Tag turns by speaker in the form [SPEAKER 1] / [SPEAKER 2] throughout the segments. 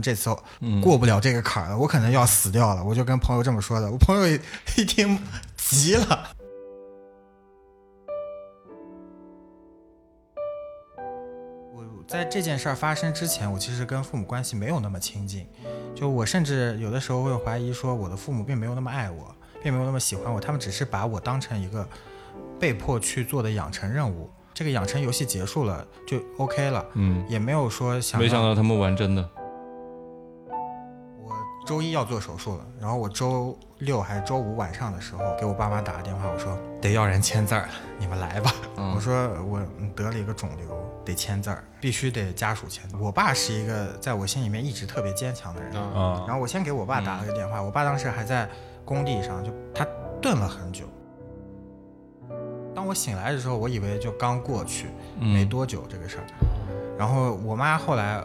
[SPEAKER 1] 这次
[SPEAKER 2] 嗯
[SPEAKER 1] 过不了这个坎儿了，我可能要死掉了。我就跟朋友这么说的，我朋友一一听急了。我在这件事儿发生之前，我其实跟父母关系没有那么亲近，就我甚至有的时候会怀疑说，我的父母并没有那么爱我，并没有那么喜欢我，他们只是把我当成一个被迫去做的养成任务。这个养成游戏结束了就 OK 了，
[SPEAKER 2] 嗯，
[SPEAKER 1] 也没有说想
[SPEAKER 2] 没
[SPEAKER 1] 要
[SPEAKER 2] 想到他们玩真的，
[SPEAKER 1] 我周一要做手术了，然后我周六还是周五晚上的时候给我爸妈打个电话，我说得要人签字儿了，你们来吧。
[SPEAKER 2] 嗯
[SPEAKER 1] 我说我得了一个肿瘤，得签字儿，必须得家属签字。我爸是一个在我心里面一直特别坚强的人，
[SPEAKER 2] 嗯
[SPEAKER 3] 啊
[SPEAKER 1] 然后我先给我爸打了个电话，我爸当时还在工地上，就他顿了很久。当我醒来的时候，我以为就刚过去，没
[SPEAKER 2] 嗯，
[SPEAKER 1] 多久这个事儿。然后我妈后来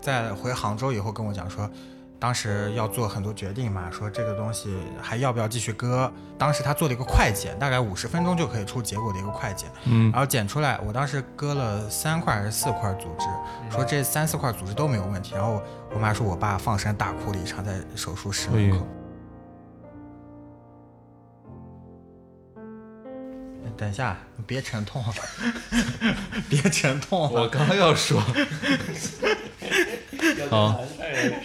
[SPEAKER 1] 在回杭州以后跟我讲说，当时要做很多决定嘛，说这个东西还要不要继续割。当时她做了一个快检，大概五十分钟就可以出结果的一个快检，
[SPEAKER 2] 嗯
[SPEAKER 1] 然后检出来，我当时割了三块还是四块组织，说这三四块组织都没有问题。然后我妈说我爸放声大哭了一场，在手术室门
[SPEAKER 2] 哎
[SPEAKER 1] 口
[SPEAKER 2] 呦。
[SPEAKER 1] 等一下，你别沉痛，别沉痛。
[SPEAKER 2] 我刚要 说，好，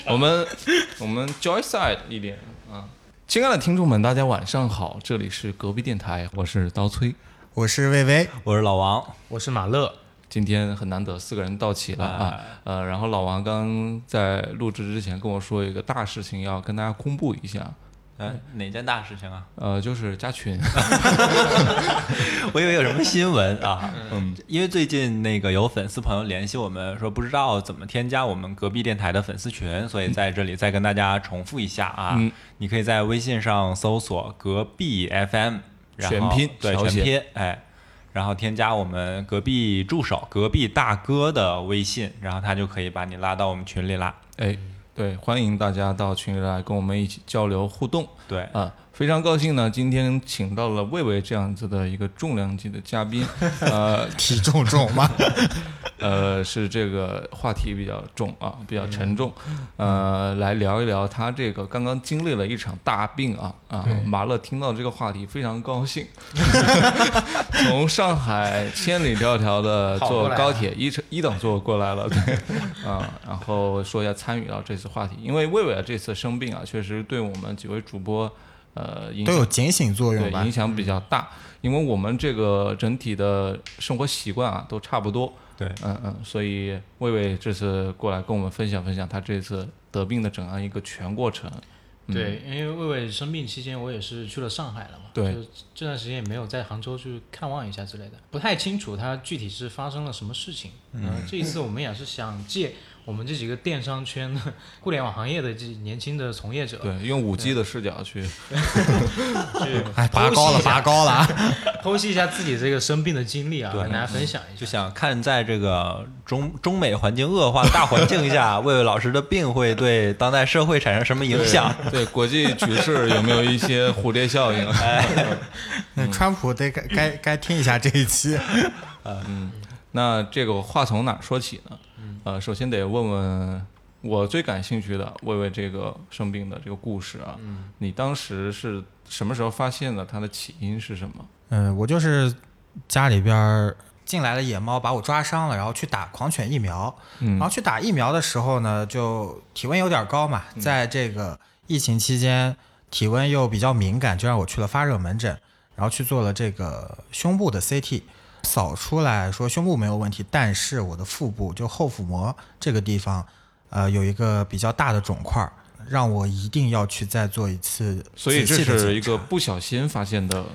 [SPEAKER 2] 我们我们 joy side 一点啊，亲爱的听众们，大家晚上好，这里是隔壁电台，我是刀崔，
[SPEAKER 1] 我是魏巍，
[SPEAKER 3] 我是老王，
[SPEAKER 4] 我是马乐，
[SPEAKER 2] 今天很难得四个人到齐了啊，呃，然后老王刚在录制之前跟我说有一个大事情要跟大家公布一下，
[SPEAKER 3] 嗯，哪件大事情啊？
[SPEAKER 2] 呃，就是加群，
[SPEAKER 3] 我以为有什么新闻啊， 嗯，因为最近那个有粉丝朋友联系我们说不知道怎么添加我们隔壁电台的粉丝群，所以在这里再跟大家重复一下啊，
[SPEAKER 2] 嗯
[SPEAKER 3] 你可以在微信上搜索隔壁 FM，然
[SPEAKER 2] 全
[SPEAKER 3] 后
[SPEAKER 2] 拼
[SPEAKER 3] 对
[SPEAKER 2] 小写
[SPEAKER 3] 全拼，哎。然后添加我们隔壁助手、隔壁大哥的微信，然后他就可以把你拉到我们群里啦。
[SPEAKER 2] 哎，对，欢迎大家到群里来跟我们一起交流互动。
[SPEAKER 3] 对，
[SPEAKER 2] 啊，非常高兴呢，今天请到了魏巍这样子的一个重量级的嘉 宾，呃
[SPEAKER 1] 体重重吗？
[SPEAKER 2] 呃，是这个话题比较重啊，
[SPEAKER 4] 嗯
[SPEAKER 2] 比较沉重，呃，来聊一聊他这个刚刚经历了一场大病啊啊，马乐听到这个话题非常高 兴，从上海千里迢迢的
[SPEAKER 4] 跑过
[SPEAKER 2] 坐
[SPEAKER 4] 来了
[SPEAKER 2] 高铁一乘一等座过来了，对，啊，然后说要参与到这次话题，因为魏巍啊这次生病啊，确实对我们几位主播。呃，影
[SPEAKER 1] 都
[SPEAKER 2] 响
[SPEAKER 1] 有警醒作用
[SPEAKER 2] 对，
[SPEAKER 1] 吧嗯
[SPEAKER 2] 影？响比较大，因为我们这个整体的生活习惯啊都差不多，
[SPEAKER 3] 对，
[SPEAKER 2] 嗯嗯，所以魏魏这次过来跟我们分享分享他这次得病的整样一个全过程。嗯
[SPEAKER 4] 对，因为魏魏生病期间，我也是去了上海了嘛，
[SPEAKER 2] 对
[SPEAKER 4] 就这段时间也没有在杭州去看望一下之类的，不太清楚他具体是发生了什么事情。嗯，这一次我们也是想借我们这几个电商圈的互联网行业的这年轻的从业者，
[SPEAKER 2] 对，用五 G 的视角去，
[SPEAKER 4] 去
[SPEAKER 1] 哎，拔高了，拔高了啊！
[SPEAKER 4] 剖析一下自己这个生病的经历啊，
[SPEAKER 3] 对
[SPEAKER 4] 跟大家分享一下。
[SPEAKER 3] 就想看在这个中中美环境恶化大环境下，魏魏老师的病会对当代社会产生什么影响？
[SPEAKER 2] 对国际局势有没有一些蝴蝶效应？啊
[SPEAKER 1] 哎川普得该该该听一下这一期。
[SPEAKER 2] 那这个话从哪说起呢？
[SPEAKER 1] 嗯
[SPEAKER 2] 呃，首先得问问我最感兴趣的魏魏这个生病的这个故事啊，
[SPEAKER 1] 嗯
[SPEAKER 2] 你当时是什么时候发现的？它的起因是什么？
[SPEAKER 1] 嗯，我就是家里边儿进来了野猫，把我抓伤了，然后去打狂犬疫苗。
[SPEAKER 2] 嗯
[SPEAKER 1] 然后去打疫苗的时候呢，就体温有点高嘛，
[SPEAKER 2] 嗯
[SPEAKER 1] 在这个疫情期间，体温又比较敏感，就让我去了发热门诊，然后去做了这个胸部的 CT，扫出来说胸部没有问题，但是我的腹部就后腹膜这个地方，呃，有一个比较大的肿块儿，让我一定要去再做一次
[SPEAKER 2] 所以
[SPEAKER 1] 仔
[SPEAKER 2] 这
[SPEAKER 1] 细地
[SPEAKER 2] 是一
[SPEAKER 1] 检
[SPEAKER 2] 个
[SPEAKER 1] 查
[SPEAKER 2] 不小心发现的，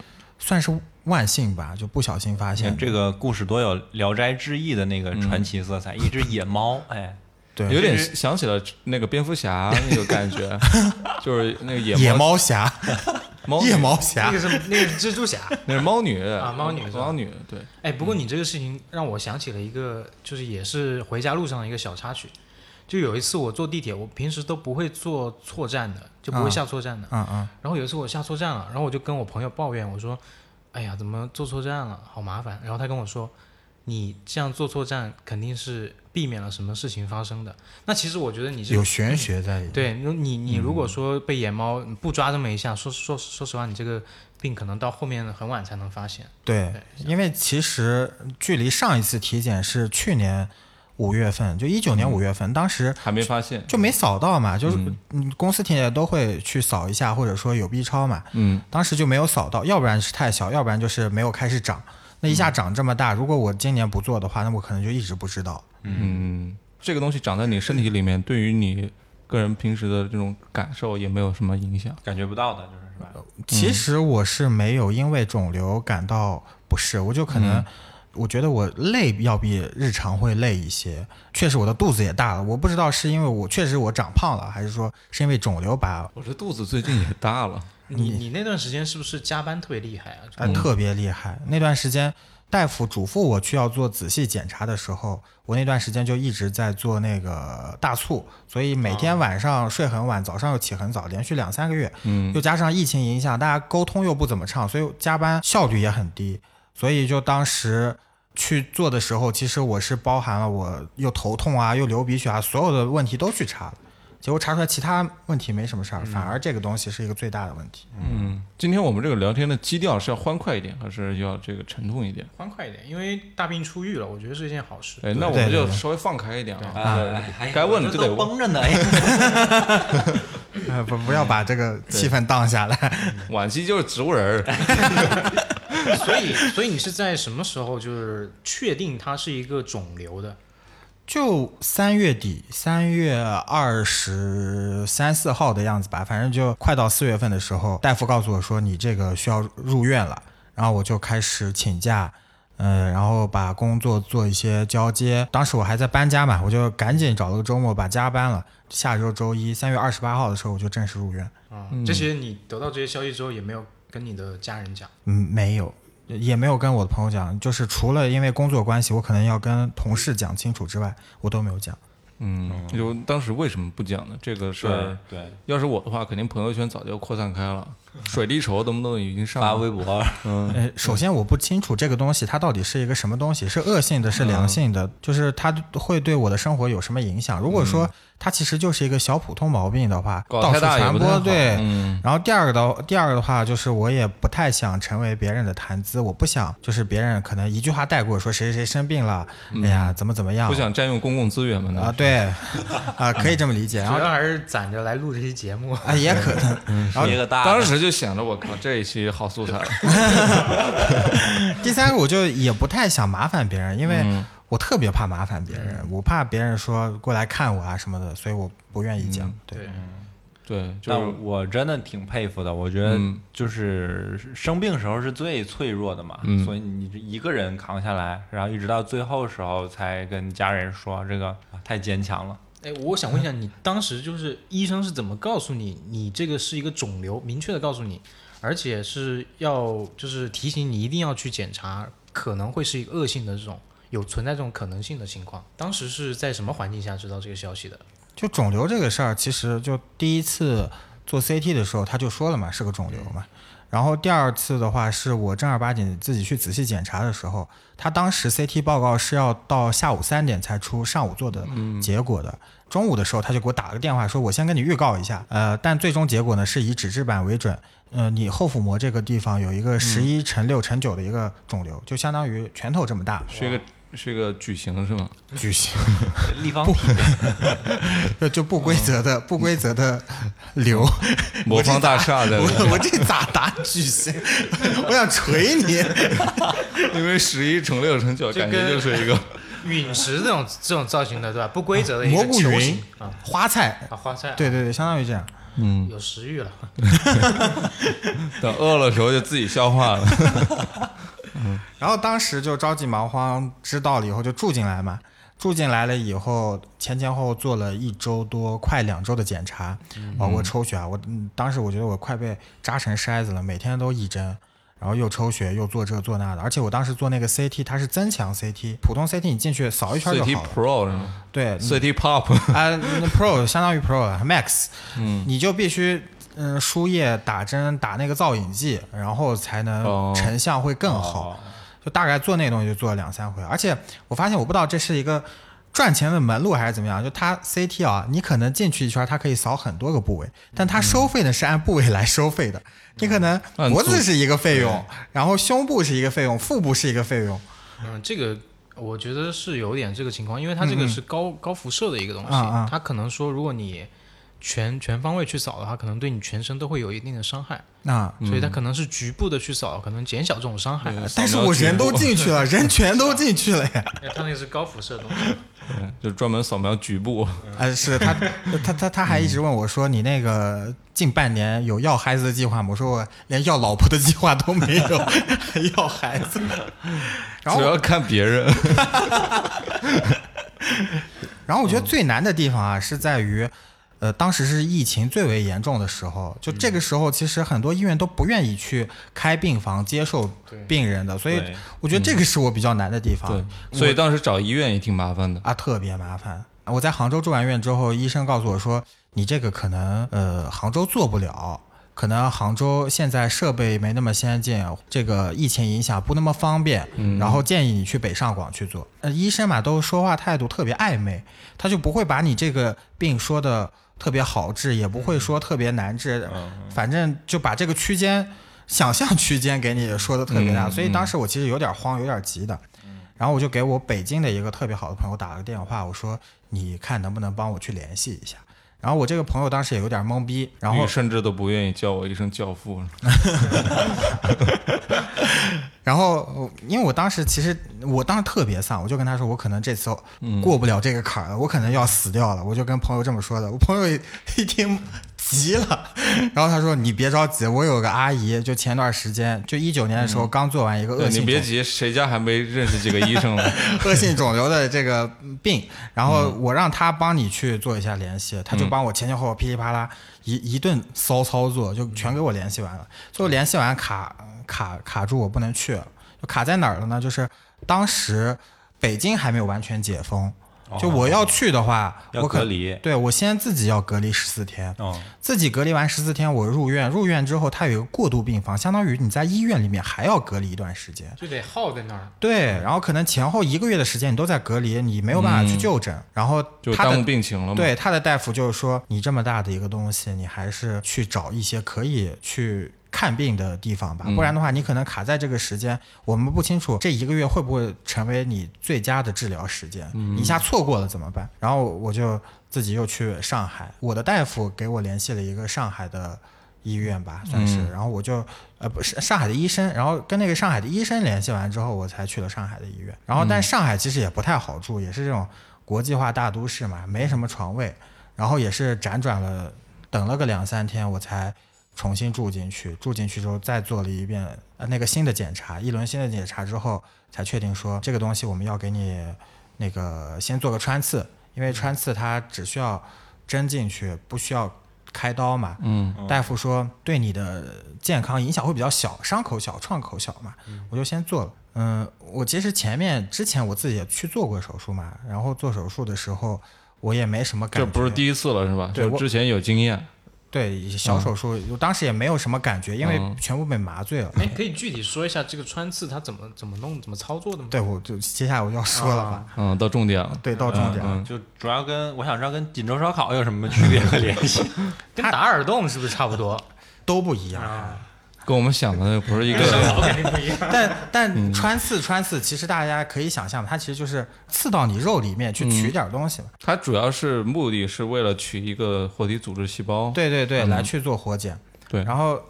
[SPEAKER 1] 算是万幸吧，就不小心发现
[SPEAKER 3] 嗯这个故事多有《聊斋志异》的那个传奇色彩，一只野猫，哎，
[SPEAKER 1] 对
[SPEAKER 2] 有点想起了那个蝙蝠侠那个感 觉，就是那个野
[SPEAKER 1] 野猫侠，
[SPEAKER 2] 猫
[SPEAKER 1] 夜猫
[SPEAKER 4] 那
[SPEAKER 1] 侠
[SPEAKER 4] 个，是那个是蜘蛛侠，
[SPEAKER 2] 那是猫女
[SPEAKER 4] 啊猫女是吧
[SPEAKER 2] 猫女对，
[SPEAKER 4] 哎，不过你这个事情让我想起了一个，就是也是回家路上的一个小插曲。就有一次我坐地铁，我平时都不会坐错站的，就不会下错站的。
[SPEAKER 1] 嗯嗯，
[SPEAKER 4] 然后有一次我下错站了，然后我就跟我朋友抱怨，我说：“哎呀，怎么坐错站了，好麻烦。”然后他跟我说：“你这样做错站肯定是避免了什么事情发生的。那其实我觉得你这个
[SPEAKER 1] 有玄学在里面。
[SPEAKER 4] 对，如你你如果说被野猫不抓这么一下，说说说实话，你这个病可能到后面很晚才能发现。
[SPEAKER 1] 对，因为其实距离上一次体检是去年五月份，就一九年五月份，当时
[SPEAKER 2] 还没发现，
[SPEAKER 1] 就没扫到嘛，就是嗯，公司体检都会去扫一下，或者说有 B 超嘛，
[SPEAKER 2] 嗯，
[SPEAKER 1] 当时就没有扫到，要不然是太小，要不然就是没有开始长。那一下长这么大，如果我今年不做的话，那我可能就一直不知道。
[SPEAKER 2] 嗯，这个东西长在你身体里面，对于你个人平时的这种感受也没有什么影响。
[SPEAKER 3] 感觉不到的，就是是吧？
[SPEAKER 1] 其实我是没有因为肿瘤感到不适，我就可能、我觉得我累要比日常会累一些，确实我的肚子也大了，我不知道是因为我确实我长胖了，还是说是因为肿瘤把
[SPEAKER 2] 我这肚子最近也大了，
[SPEAKER 4] 你你那段时间是不是加班特别厉害啊？
[SPEAKER 1] 呃特别厉害。那段时间大夫嘱咐我去要做仔细检查的时候，我那段时间就一直在做那个大促，所以每天晚上睡很晚，早上又起很早，连续两三个月，
[SPEAKER 2] 嗯
[SPEAKER 1] 又加上疫情影响，大家沟通又不怎么畅，所以加班效率也很低。所以就当时去做的时候，其实我是包含了我又头痛啊，又流鼻血啊，所有的问题都去查了。结果查出来其他问题没什么事儿，反而这个东西是一个最大的问题。
[SPEAKER 2] 嗯。今天我们这个聊天的基调是要欢快一点，还是要这个沉痛一点？
[SPEAKER 4] 欢快一点，因为大病初愈了，我觉得是一件好 事。
[SPEAKER 2] 哎，那我们就稍微放开一点啊。
[SPEAKER 3] 啊
[SPEAKER 2] 该问的就得问
[SPEAKER 3] 绷着呢。哎
[SPEAKER 1] 呃， 不不要把这个气氛荡下来。
[SPEAKER 2] 惋惜就是植物人儿，
[SPEAKER 4] 所以所以你是在什么时候就是确定它是一个肿瘤的？
[SPEAKER 1] 就三月底，三月二十三四号的样子吧，反正就快到四月份的时候，大夫告诉我说你这个需要入院了，然后我就开始请假，嗯、然后把工作做一些交接。当时我还在搬家嘛，我就赶紧找了个周末把家搬了。下周周一，三月二十八号的时候我就正式入院。
[SPEAKER 4] 啊、这些你得到这些消息之后也没有跟你的家人讲，
[SPEAKER 1] 嗯，没有，也没有跟我的朋友讲，就是除了因为工作关系，我可能要跟同事讲清楚之外，我都没有讲。
[SPEAKER 2] 嗯，就当时为什么不讲呢？这个事儿
[SPEAKER 3] 对，对，
[SPEAKER 2] 要是我的话，肯定朋友圈早就扩散开 了，水滴筹能不能已经上
[SPEAKER 3] 发
[SPEAKER 2] 了
[SPEAKER 3] 微博，
[SPEAKER 1] 呃，首先我不清楚这个东西它到底是一个什么东西，是恶性的，是良性
[SPEAKER 2] 嗯
[SPEAKER 1] 的，就是它会对我的生活有什么影响。如果说它其实就是一个小普通毛病的话，
[SPEAKER 2] 搞
[SPEAKER 1] 到
[SPEAKER 2] 太
[SPEAKER 1] 处
[SPEAKER 2] 大也
[SPEAKER 1] 传
[SPEAKER 2] 不太好
[SPEAKER 1] 播，对。
[SPEAKER 2] 嗯
[SPEAKER 1] 然后第二个的第二个的话，就是我也不太想成为别人的谈资，我不想就是别人可能一句话带过，说谁谁谁生病了，哎呀怎么怎么样，
[SPEAKER 2] 嗯不想占用公共资源嘛？那
[SPEAKER 1] 啊、
[SPEAKER 2] 是
[SPEAKER 1] 对，啊、可以这么理解。
[SPEAKER 4] 主
[SPEAKER 1] 然后
[SPEAKER 2] 啊
[SPEAKER 4] 要还是攒着来录这期节目。
[SPEAKER 1] 啊也可能，然后
[SPEAKER 3] 别个大的，
[SPEAKER 2] 当时就想着我靠，这一期好素材，
[SPEAKER 1] 第三个，我就也不太想麻烦别人，因为我特别怕麻烦别人，我怕别人说过来看我啊什么的，所以我不愿意讲。对， 嗯
[SPEAKER 2] 对，就
[SPEAKER 3] 但
[SPEAKER 2] 是
[SPEAKER 3] 我真的挺佩服的，我觉得
[SPEAKER 2] 嗯
[SPEAKER 3] 就是生病时候是最脆弱的嘛，
[SPEAKER 2] 嗯
[SPEAKER 3] 所以你这一个人扛下来，然后一直到最后时候才跟家人说，这个啊太坚强了。
[SPEAKER 4] 哎，我想问一下，你当时就是医生是怎么告诉你，你这个是一个肿瘤，明确的告诉你，而且是要就是提醒你一定要去检查，可能会是一个恶性的这种有存在这种可能性的情况。当时是在什么环境下知道这个消息的？
[SPEAKER 1] 就肿瘤这个事儿，其实就第一次做 CT 的时候，他就说了嘛，是个肿瘤嘛。然后第二次的话，是我正儿八经自己去仔细检查的时候，他当时 CT 报告是要到下午三点才出上午做的
[SPEAKER 2] 嗯
[SPEAKER 1] 结果的。中午的时候，他就给我打了个电话，说我先跟你预告一下，呃，但最终结果呢是以脂质板为准，呃，你后腹膜这个地方有一个
[SPEAKER 2] 嗯
[SPEAKER 1] 十一乘六乘九的一个肿瘤，就相当于拳头这么大，
[SPEAKER 2] 是一个是一个矩形是吗？
[SPEAKER 1] 巨型。
[SPEAKER 3] 立方体
[SPEAKER 1] 就就不规则的、不规则的 流，
[SPEAKER 2] 魔方大厦的，
[SPEAKER 1] 我我这咋打巨星？我想锤你！
[SPEAKER 2] 因为十一乘六乘九，
[SPEAKER 4] 这
[SPEAKER 2] 感
[SPEAKER 4] 跟
[SPEAKER 2] 觉就是一个
[SPEAKER 4] 陨石这种这种造型的，对吧？不规则的一
[SPEAKER 1] 蘑
[SPEAKER 4] 个
[SPEAKER 1] 菇
[SPEAKER 4] 球
[SPEAKER 1] 云
[SPEAKER 4] 形啊、
[SPEAKER 1] 花菜，
[SPEAKER 4] 啊，花菜，
[SPEAKER 1] 对对对，相当于这样。
[SPEAKER 2] 嗯，
[SPEAKER 4] 有食欲了。
[SPEAKER 2] 等饿了时候就自己消 化了。
[SPEAKER 1] 然后当时就着急忙慌，知道了以后就住进来嘛。住进来了以后，前前后后做了一周多，快两周的检查，包括抽血啊。我嗯当时我觉得我快被扎成筛子了，每天都一针，然后又抽血又做这做那的。而且我当时做那个 CT，它是增强 CT，普通 CT 你进去扫一圈就
[SPEAKER 2] CT
[SPEAKER 1] 好了。
[SPEAKER 2] Pro 是吗
[SPEAKER 1] 对，
[SPEAKER 2] ？CT Pop
[SPEAKER 1] 啊、那 Pro 相当于 Pro 了，Max，嗯，你就必须嗯输液打针打那个造影剂，然后才
[SPEAKER 2] 哦
[SPEAKER 3] 哦
[SPEAKER 1] 能成像会更好。就大概做那东西就做了两三回，而且我发现我不知道这是一个赚钱的门路还是怎么样，就它 CT 啊，你可能进去一圈，它可以扫很多个部位，但它收费呢是按部位来收费的，你可能
[SPEAKER 2] 按
[SPEAKER 1] 脖子
[SPEAKER 2] 组
[SPEAKER 1] 是一个费用，然后胸部是一个费用，腹部是一个费用，
[SPEAKER 4] 嗯，这个我觉得是有点这个情况，因为它这个是高、高辐射的一个东西，
[SPEAKER 1] 嗯啊啊
[SPEAKER 4] 它可能说如果你全全方位去扫的话，可能对你全身都会有一定的伤害，
[SPEAKER 1] 那。
[SPEAKER 4] 所以它可能是局部的去扫，可能减小这种伤害。
[SPEAKER 2] 对
[SPEAKER 1] 但是我人都进去了，人全都进去了呀。
[SPEAKER 4] 哎因为它那个是高辐射的东西，
[SPEAKER 2] 对 就是专门扫描局部，
[SPEAKER 1] 呃，是他，他他他还一直问我说：“你那个近半年有要孩子的计划吗？”我说：“我连要老婆的计划都没有， 还要孩子。”然后，
[SPEAKER 2] 主要看别人。
[SPEAKER 1] 然后我觉得
[SPEAKER 2] 嗯
[SPEAKER 1] 最难的地方啊，是在于，呃，当时是疫情最为严重的时候，就
[SPEAKER 2] 嗯
[SPEAKER 1] 这个时候，其实很多医院都不愿意去开病房接受病人的，所以
[SPEAKER 3] 对
[SPEAKER 1] 我觉得这个是我比较难的地方。
[SPEAKER 2] 嗯对，所以当时找医院也挺麻烦的。
[SPEAKER 1] 啊，特别麻烦。我在杭州住完院之后，医生告诉我说，你这个可能呃杭州做不了，可能杭州现在设备没那么先进，这个疫情影响不那么方便，
[SPEAKER 2] 嗯
[SPEAKER 1] 然后建议你去北上广去做。呃，医生嘛都说话态度特别暧昧，他就不会把你这个病说的特别好治，也不
[SPEAKER 2] 嗯
[SPEAKER 1] 会说特别难治，反正就把这个区间想象区间给你说的特别大，
[SPEAKER 2] 嗯
[SPEAKER 1] 所以当时我其实有点慌，有点急的。然后我就给我北京的一个特别好的朋友打了个电话，我说你看能不能帮我去联系一下。然后我这个朋友当时也有点懵逼，然后
[SPEAKER 2] 你甚至都不愿意叫我一声教父。
[SPEAKER 1] 然后因为我当时其实我当时特别丧，我就跟他说我可能这次
[SPEAKER 2] 嗯
[SPEAKER 1] 过不了这个坎儿了，我可能要死掉了，我就跟朋友这么说的。我朋友一一听急了，然后他说你别着急，我有个阿姨，就前段时间就一九年的时候刚做完一个恶
[SPEAKER 2] 嗯对
[SPEAKER 1] 性
[SPEAKER 2] 你
[SPEAKER 1] 肿
[SPEAKER 2] 别
[SPEAKER 1] 瘤。
[SPEAKER 2] 急，谁家还没认识几个医生呢？
[SPEAKER 1] 恶性肿瘤的这个病，然后
[SPEAKER 3] 嗯
[SPEAKER 1] 我让他帮你去做一下联系，他就帮我前前后后噼里啪啦一一顿骚操作，就
[SPEAKER 3] 嗯
[SPEAKER 1] 全给我联系完了。最后联系完卡卡卡住我不能去，就卡在哪儿了呢？就是当时北京还没有完全解封，就我要去的话，
[SPEAKER 3] 哦要
[SPEAKER 1] 我可
[SPEAKER 3] 隔离
[SPEAKER 1] 对我先自己要隔离十四天，
[SPEAKER 3] 哦，
[SPEAKER 1] 自己隔离完十四天，我入院，入院之后它有一个过渡病房，相当于你在医院里面还要隔离一段时间。
[SPEAKER 4] 就得耗在那儿。
[SPEAKER 1] 对，
[SPEAKER 2] 嗯
[SPEAKER 1] 然后可能前后一个月的时间你都在隔离，你没有办法去就诊，然后
[SPEAKER 2] 嗯就
[SPEAKER 1] 他
[SPEAKER 2] 耽误
[SPEAKER 1] 的
[SPEAKER 2] 病情了嘛。
[SPEAKER 1] 对他的大夫就是说，你这么大的一个东西，你还是去找一些可以去看病的地方吧，不然的话你可能卡在这个时间，我们不清楚这一个月会不会成为你最佳的治疗时间，你一下错过了怎么办？然后我就自己又去上海，我的大夫给我联系了一个上海的。医院吧，算是，然后我就呃不是上海的医生，然后跟那个上海的医生联系完之后，我才去了上海的医院。然后但上海其实也不太好住，也是这种国际化大都市嘛，没什么床位。然后也是辗转了，等了个两三天，我才重新住进去。住进去之后再做了一遍呃那个新的检查，一轮新的检查之后，才确定说这个东西我们要给你那个先做个穿刺，因为穿刺它只需要针进去，不需要开刀嘛。
[SPEAKER 2] 嗯，
[SPEAKER 1] 大夫说对你的健康影响会比较小，伤口小，创口小嘛，我就先做了。嗯，我其实前面之前我自己也去做过手术嘛，然后做手术的时候我也没什么感
[SPEAKER 2] 这
[SPEAKER 1] 觉，
[SPEAKER 2] 不是第一次了是吧？
[SPEAKER 1] 对
[SPEAKER 2] 就
[SPEAKER 1] 我
[SPEAKER 2] 之前有经验。
[SPEAKER 1] 对小手术，
[SPEAKER 2] 嗯
[SPEAKER 1] 我当时也没有什么感觉，因为全部被麻醉了。
[SPEAKER 4] 哎，可以具体说一下这个穿刺它怎么怎么弄、怎么操作的吗？
[SPEAKER 1] 对，我就接下来我要说了吧，
[SPEAKER 2] 嗯，到重点啊了。
[SPEAKER 1] 对，到重点
[SPEAKER 2] 嗯
[SPEAKER 1] 了。
[SPEAKER 3] 嗯就主要跟我想知道跟锦州烧烤有什么区别和联 系？
[SPEAKER 4] 跟打耳洞是不是差 不多？啊
[SPEAKER 1] 都不一样，
[SPEAKER 2] 啊跟我们想的不是一
[SPEAKER 4] 伤
[SPEAKER 2] 个。
[SPEAKER 4] 口肯定不一样。
[SPEAKER 1] 但但
[SPEAKER 2] 嗯
[SPEAKER 1] 穿刺穿刺，其实大家可以想象，它其实就是刺到你肉里面去
[SPEAKER 2] 嗯
[SPEAKER 1] 取点东西嘛。
[SPEAKER 2] 它主要是目的是为了取一个活体组织细胞。
[SPEAKER 1] 对对对，来去做活检。
[SPEAKER 2] 嗯对
[SPEAKER 1] 然后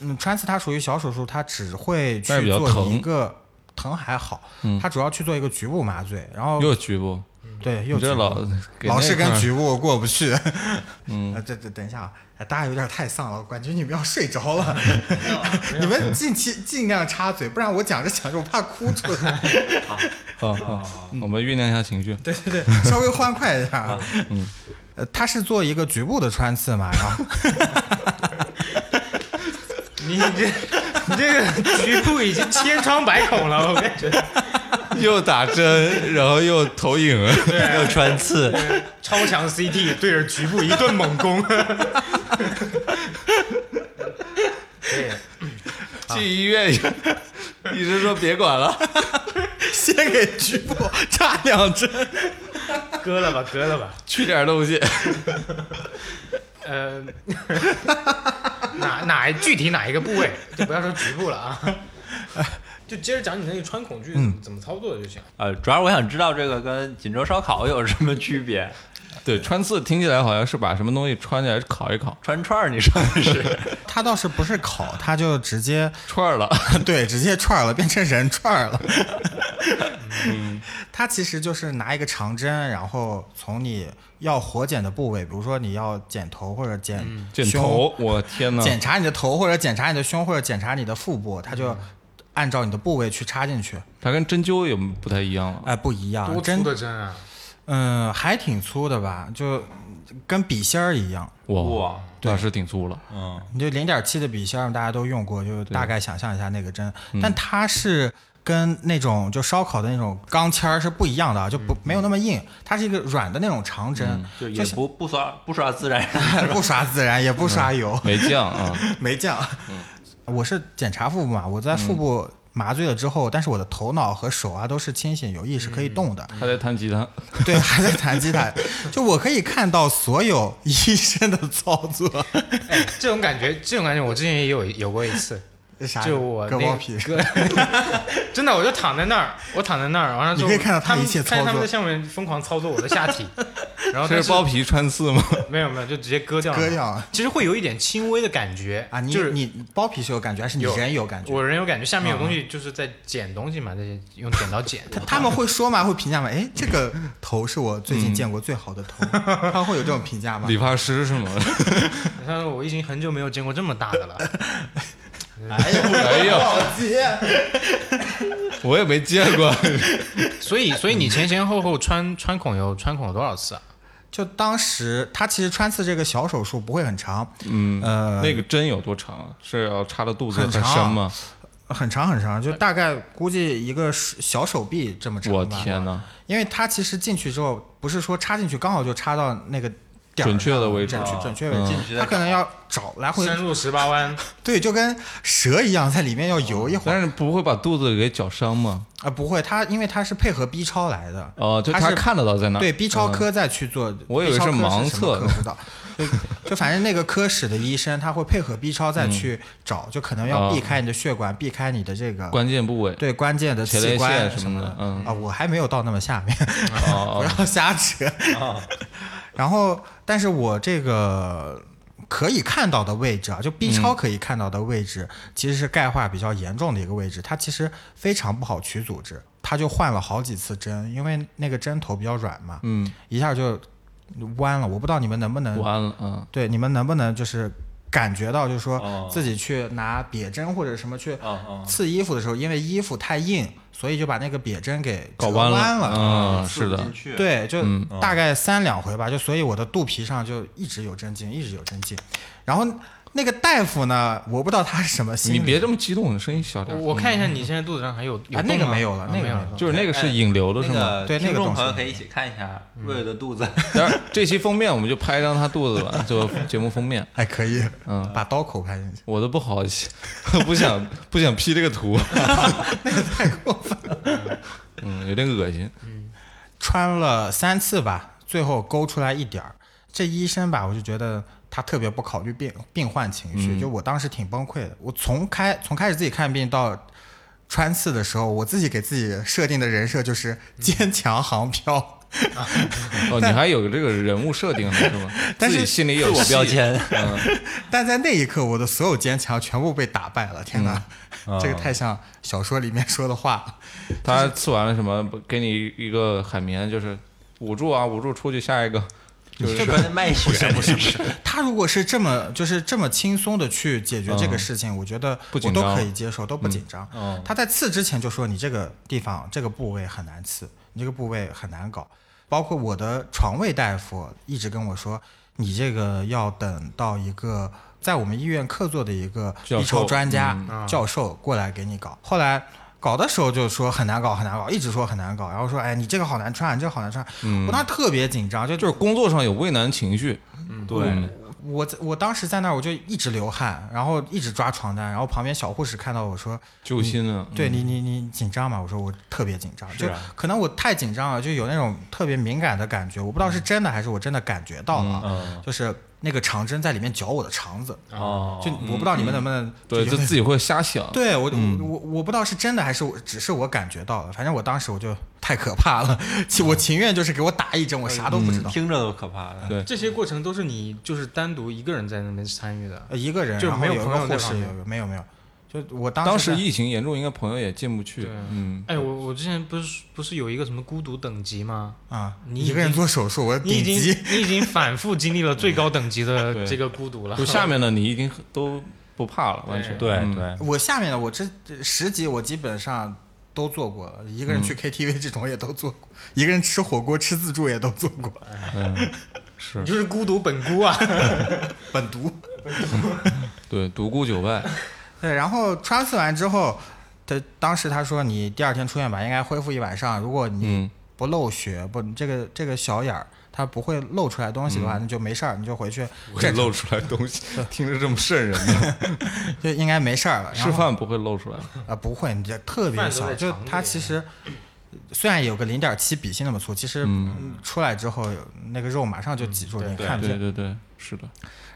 [SPEAKER 1] 嗯，穿刺它属于小手术，它只会
[SPEAKER 2] 但是
[SPEAKER 1] 去
[SPEAKER 2] 比较
[SPEAKER 1] 做一
[SPEAKER 2] 疼
[SPEAKER 1] 个疼还好，
[SPEAKER 2] 嗯
[SPEAKER 1] 它主要去做一个局部麻醉，然后
[SPEAKER 2] 又局部，
[SPEAKER 1] 对又
[SPEAKER 2] 你这
[SPEAKER 1] 局部
[SPEAKER 2] 老给
[SPEAKER 1] 老
[SPEAKER 2] 那
[SPEAKER 1] 是跟
[SPEAKER 2] 块儿
[SPEAKER 1] 局部过不去。 嗯，这这等一下啊，哎大家有点太丧了，我感觉你们要睡着了。 你们尽其尽量插嘴，不然我讲着讲着我怕哭出来。
[SPEAKER 2] 好好，嗯我们酝酿一下情绪。
[SPEAKER 1] 嗯对对对， 稍微欢快一下啊。 嗯，呃，他是做一个局部的穿刺嘛，然后
[SPEAKER 4] 你这你这个局部已经千疮百孔了，我感觉
[SPEAKER 2] 又打针，然后又投影，
[SPEAKER 3] 又穿刺，
[SPEAKER 4] 超强 CT 对着局部一顿猛攻。对，
[SPEAKER 2] 啊去医院也医生说别管了，
[SPEAKER 1] 先给局部扎两针，
[SPEAKER 4] 割了吧，割了吧。
[SPEAKER 2] 去点东西。
[SPEAKER 4] 呃，哪哪具体哪一个部位，就不要说局部了啊。 就接着讲你那个穿孔距
[SPEAKER 1] 嗯
[SPEAKER 4] 怎么怎么操作的就行。
[SPEAKER 3] 呃，主要我想知道这个跟锦州烧烤有什么区别？
[SPEAKER 2] 对，穿刺听起来好像是把什么东西穿起来烤一烤，
[SPEAKER 3] 串串儿，你说的 是？
[SPEAKER 1] 他倒是不是烤，他就直接
[SPEAKER 2] 串儿了。
[SPEAKER 1] 对，直接串儿了，变成人串儿了。嗯 它其实就是拿一个长针，然后从你要活检的部位，比如说你要剪头或者嗯剪
[SPEAKER 2] 剪
[SPEAKER 1] 胸
[SPEAKER 2] 头，我
[SPEAKER 3] 嗯
[SPEAKER 2] 天哪！
[SPEAKER 1] 检查你的头或者检查你的胸或者检查你的腹部，它
[SPEAKER 3] 嗯
[SPEAKER 1] 就按照你的部位去插进去。
[SPEAKER 2] 它跟针灸也不太一样了。
[SPEAKER 1] 哎，不一样，
[SPEAKER 4] 多
[SPEAKER 1] 真
[SPEAKER 4] 粗的针啊！
[SPEAKER 1] 嗯，还挺粗的吧，就跟笔芯儿一样。
[SPEAKER 2] 哇
[SPEAKER 3] 哇，
[SPEAKER 2] 那是挺粗了。
[SPEAKER 3] 嗯，
[SPEAKER 1] 你就零点七的笔芯儿，大家都用过，就大概想象一下那个针，
[SPEAKER 3] 嗯
[SPEAKER 1] 但它是跟那种就烧烤的那种钢签儿是不一样的啊，就不、没有那么硬，它是一个软的那种长针，
[SPEAKER 3] 嗯就也不不刷不刷 自然
[SPEAKER 1] 不刷孜然，也不刷油，
[SPEAKER 2] 没酱啊，
[SPEAKER 1] 没酱。嗯我是检查腹部嘛，我在腹部麻醉了之后，但是我的头脑和手啊都是清醒有意识可以动的，
[SPEAKER 2] 还在弹吉他。
[SPEAKER 4] 嗯
[SPEAKER 1] 对，还在弹吉他，就我可以看到所有医生的操 作。
[SPEAKER 4] 哎，这种感觉，这种感觉，我之前也有有过一次，
[SPEAKER 1] 啥
[SPEAKER 4] 就我
[SPEAKER 1] 割
[SPEAKER 4] 那
[SPEAKER 1] 包
[SPEAKER 4] 个
[SPEAKER 1] 皮，
[SPEAKER 4] 割 真的，我就躺在那儿，我躺在那儿，完了之后
[SPEAKER 1] 你可以看到他
[SPEAKER 4] 他们
[SPEAKER 1] 一切操作
[SPEAKER 4] 看见他们在下面疯狂操作我的下 体，然后
[SPEAKER 2] 这
[SPEAKER 4] 但
[SPEAKER 2] 是包皮穿刺吗？
[SPEAKER 4] 没有没有，就直接割掉了
[SPEAKER 1] 割掉了
[SPEAKER 4] 其实会有一点轻微的感觉
[SPEAKER 1] 啊，你、
[SPEAKER 4] 就是
[SPEAKER 1] 你包皮是有感觉，还是你
[SPEAKER 4] 有
[SPEAKER 1] 人有感觉？嗯
[SPEAKER 4] 我人有感觉下面有东西就是在剪东西嘛，在用剪刀剪。
[SPEAKER 1] 他们会说吗？会评价吗？哎，这个头是我最近见过最好的头，
[SPEAKER 4] 嗯
[SPEAKER 1] 他们会有这种评价吗？
[SPEAKER 2] 理发师是吗？
[SPEAKER 4] 他说我已经很久没有见过这么大的了，
[SPEAKER 1] 哎 呀，
[SPEAKER 2] 哎呦
[SPEAKER 1] 老杰，
[SPEAKER 2] 我也没见过。
[SPEAKER 4] 所以所以你前前后后穿穿孔有穿孔了多少次啊？
[SPEAKER 1] 就当时他其实穿刺这个小手术不会很长，嗯，呃，
[SPEAKER 2] 那个针有多长啊？是要插到肚子
[SPEAKER 1] 很长
[SPEAKER 2] 深吗？
[SPEAKER 1] 很长很长，就大概估计一个手小手臂这么长吧。
[SPEAKER 2] 呃我天哪！
[SPEAKER 1] 因为它其实进去之后，不是说插进去刚好就插到那个点儿
[SPEAKER 2] 准确的位置哦
[SPEAKER 1] 上
[SPEAKER 2] 嗯
[SPEAKER 1] 准
[SPEAKER 3] 啊
[SPEAKER 1] 确准确位置，
[SPEAKER 3] 进去再
[SPEAKER 1] 它可能要找来回，
[SPEAKER 4] 深入十八 弯，
[SPEAKER 1] 对，就跟蛇一样在里面要游一会儿。
[SPEAKER 2] 但是不会把肚子给绞伤吗？
[SPEAKER 1] 啊，不会，它因为它是配合 B 超来的，
[SPEAKER 2] 哦，就
[SPEAKER 1] 它
[SPEAKER 2] 他
[SPEAKER 1] 是
[SPEAKER 2] 看得到在那儿。
[SPEAKER 1] 对 B 超
[SPEAKER 2] 嗯
[SPEAKER 1] 科再去做，
[SPEAKER 2] 我以为
[SPEAKER 1] B 超
[SPEAKER 2] 是
[SPEAKER 1] 科
[SPEAKER 2] 盲
[SPEAKER 1] 什么
[SPEAKER 2] 测
[SPEAKER 1] 科不知道，就就反正那个科室的医生他会配合 B 超再去找，就可能要
[SPEAKER 2] 嗯哦
[SPEAKER 1] 避开你的血管，避开你的这个
[SPEAKER 2] 关键部位。
[SPEAKER 1] 对关键的
[SPEAKER 2] 前
[SPEAKER 1] 器
[SPEAKER 2] 列
[SPEAKER 1] 官
[SPEAKER 2] 腺什
[SPEAKER 1] 什
[SPEAKER 2] 么
[SPEAKER 1] 么
[SPEAKER 2] 的嗯
[SPEAKER 1] 啊，我还没有到那么下面，
[SPEAKER 2] 哦
[SPEAKER 1] 不要瞎扯。 然后，但是我这个可以看到的位置啊，就 B
[SPEAKER 2] 嗯
[SPEAKER 1] 超可以看到的位置，其实是钙化比较严重的一个位置，它其实非常不好取组织，它就换了好几次针，因为那个针头比较软嘛，
[SPEAKER 2] 嗯，
[SPEAKER 1] 一下就弯了。我不知道你们能不能，
[SPEAKER 2] 完了，嗯，
[SPEAKER 1] 对，你们能不能就是感觉到，就是说
[SPEAKER 3] 哦
[SPEAKER 1] 自己去拿别针或者什么去
[SPEAKER 3] 哦
[SPEAKER 2] 啊
[SPEAKER 3] 哦
[SPEAKER 1] 刺衣服的时候，因为衣服太硬，所以就把那个别针给
[SPEAKER 2] 搞
[SPEAKER 1] 弯
[SPEAKER 2] 弯
[SPEAKER 1] 了。
[SPEAKER 2] 嗯，是的
[SPEAKER 3] 进，去，
[SPEAKER 1] 对，就
[SPEAKER 2] 嗯
[SPEAKER 1] 大概三两回吧，就所以我的肚皮上就一直有针灸，一直有针灸。然后那个大夫呢，我不知道他是什么心理，
[SPEAKER 2] 你别这么激动，你声音小点
[SPEAKER 4] 我
[SPEAKER 2] 儿。嗯
[SPEAKER 4] 我看一下你现在肚子上还有有
[SPEAKER 1] 啊那个
[SPEAKER 4] 洞吗
[SPEAKER 1] 没有了
[SPEAKER 4] 啊
[SPEAKER 1] 那个
[SPEAKER 4] 没有
[SPEAKER 1] 没有了
[SPEAKER 2] 就是那个是引流的是
[SPEAKER 3] 那
[SPEAKER 2] 吗？
[SPEAKER 3] 个
[SPEAKER 1] 对那个
[SPEAKER 3] 听众
[SPEAKER 1] 东西
[SPEAKER 3] 朋友可以一起看一下瑞瑞的肚子，
[SPEAKER 2] 但是这期封面我们就拍一张他肚子吧，就节目封面。
[SPEAKER 1] 还哎可以，
[SPEAKER 2] 嗯，
[SPEAKER 1] 把刀口拍进去，
[SPEAKER 2] 我都不好意思， 不想不想 P 这个图，
[SPEAKER 1] 太过分，
[SPEAKER 2] 嗯，有点恶心。
[SPEAKER 1] 穿了三次吧，最后勾出来一点儿。这医生吧，我就觉得他特别不考虑病病患情绪，就我当时挺崩溃的。我从开从开始自己看病到。穿刺的时候，我自己给自己设定的人设就是坚强航漂，
[SPEAKER 2] 哦，你还有这个人物设定呢，是吗？
[SPEAKER 1] 但是
[SPEAKER 2] 自己心里有
[SPEAKER 3] 自我
[SPEAKER 2] 戏
[SPEAKER 3] 标签。
[SPEAKER 2] 嗯，
[SPEAKER 1] 但在那一刻，我的所有坚强全部被打败了。天哪，这个太像小说里面说的话。
[SPEAKER 2] 他刺完了什么？给你一个海绵，就是捂住啊，捂住出去下一个。
[SPEAKER 3] 这跟卖血不是不是，
[SPEAKER 1] 他如果是这么就是这么轻松的去解决这个事情，我觉得
[SPEAKER 2] 嗯不
[SPEAKER 1] 我
[SPEAKER 2] 紧
[SPEAKER 1] 都
[SPEAKER 2] 张
[SPEAKER 1] 可以接受，都不紧张。
[SPEAKER 3] 嗯
[SPEAKER 1] 他在刺之前就说你这个地方这个部位很难刺，你这个部位很难搞。包括我的床位大夫一直跟我说，你这个要等到一个在我们医院客座的一个
[SPEAKER 2] 教授
[SPEAKER 1] B 超专家
[SPEAKER 2] 嗯
[SPEAKER 4] 啊
[SPEAKER 1] 教授过来给你搞。后来搞的时候就说很难搞，很难搞，一直说很难搞，然后说哎你这个好啊
[SPEAKER 2] 嗯
[SPEAKER 1] 难穿，你这个好难穿，我当时特别紧张，就
[SPEAKER 3] 嗯
[SPEAKER 2] 就是工作上有畏难情绪，
[SPEAKER 3] 对，
[SPEAKER 1] 我在我当时在那儿，我就一直流汗，然后一直抓床单，然后旁边小护士看到我说，
[SPEAKER 2] 揪心啊，
[SPEAKER 1] 嗯对
[SPEAKER 4] 嗯
[SPEAKER 1] 你你你紧张吗？我说我特别紧张，
[SPEAKER 3] 是
[SPEAKER 1] 就
[SPEAKER 3] 啊
[SPEAKER 1] 可能我太紧张了，就有那种特别敏感的感觉，我不知道
[SPEAKER 4] 嗯
[SPEAKER 1] 是真的还是我真的感觉到了，
[SPEAKER 3] 嗯
[SPEAKER 1] 就是那个长针在里面绞我的肠子，
[SPEAKER 3] 哦，
[SPEAKER 1] 就我不知道你们能不
[SPEAKER 4] 嗯
[SPEAKER 1] 能
[SPEAKER 2] 对，就
[SPEAKER 1] 就
[SPEAKER 2] 自己会瞎想，
[SPEAKER 1] 对我、我我不知道是真的还是我只是我感觉到了，反正我当时我就太可怕了，其
[SPEAKER 4] 哦
[SPEAKER 1] 我情愿就是给我打一针，我啥都不知
[SPEAKER 4] 嗯
[SPEAKER 1] 道，
[SPEAKER 3] 听着都可怕了。
[SPEAKER 2] 对
[SPEAKER 4] 这些过程都是你就是单独一个人在那边参与的，
[SPEAKER 1] 呃一个人
[SPEAKER 4] 就
[SPEAKER 1] 然后
[SPEAKER 4] 没有
[SPEAKER 1] 有
[SPEAKER 4] 朋
[SPEAKER 1] 个
[SPEAKER 4] 友在
[SPEAKER 1] 护士
[SPEAKER 4] 旁边
[SPEAKER 1] 有有没有没有，就我当
[SPEAKER 2] 当
[SPEAKER 1] 时
[SPEAKER 2] 时
[SPEAKER 1] 在
[SPEAKER 2] 疫情严重，应该朋友也进不去
[SPEAKER 4] 对，
[SPEAKER 2] 嗯，
[SPEAKER 4] 哎，我我之前不是不是有一个什么孤独等级吗？
[SPEAKER 1] 啊，
[SPEAKER 4] 你
[SPEAKER 1] 一
[SPEAKER 4] 已
[SPEAKER 1] 个人
[SPEAKER 4] 经
[SPEAKER 1] 做手术，我
[SPEAKER 4] 你已
[SPEAKER 1] 顶
[SPEAKER 4] 经
[SPEAKER 1] 级。
[SPEAKER 4] 你已经反复经历了最高等级
[SPEAKER 2] 对
[SPEAKER 4] 的这个孤独
[SPEAKER 1] 哎
[SPEAKER 4] 了
[SPEAKER 2] 就，下面的你已经都不怕了，完全
[SPEAKER 4] 对
[SPEAKER 3] 对
[SPEAKER 2] 嗯
[SPEAKER 3] 对，
[SPEAKER 1] 我下面的我这这十集我基本上都做过了，一个人去 KTV 这种也都做过，一个人吃火锅吃自助也都做过，
[SPEAKER 2] 嗯， 是
[SPEAKER 4] 你就是孤独本孤啊。
[SPEAKER 1] 本毒。
[SPEAKER 2] 对独孤九拜，
[SPEAKER 1] 对，然后穿刺完之后，他当时他说你第二天出院吧，应该恢复一晚上，如果你
[SPEAKER 2] 嗯，
[SPEAKER 1] 不漏血，不这个这个小眼儿它不会漏出来东西的话，那就没事儿，你就回去
[SPEAKER 2] 不 会
[SPEAKER 1] 正常，
[SPEAKER 2] 露出来东 西，听着这么瘆人呢，
[SPEAKER 1] 就应该没事儿了。然
[SPEAKER 2] 吃
[SPEAKER 1] 后
[SPEAKER 2] 饭不会露出来，
[SPEAKER 1] 啊，不会，你这特别
[SPEAKER 4] 饭都
[SPEAKER 1] 小，
[SPEAKER 4] 在
[SPEAKER 1] 就
[SPEAKER 4] 肠子
[SPEAKER 1] 它
[SPEAKER 4] 里
[SPEAKER 1] 其实虽然有个零点七比心那么粗，其实嗯出来之后那个肉马上就挤住，
[SPEAKER 4] 对
[SPEAKER 1] 你
[SPEAKER 4] 嗯 对
[SPEAKER 1] 看不
[SPEAKER 2] 对
[SPEAKER 1] 见。
[SPEAKER 2] 对对，是的，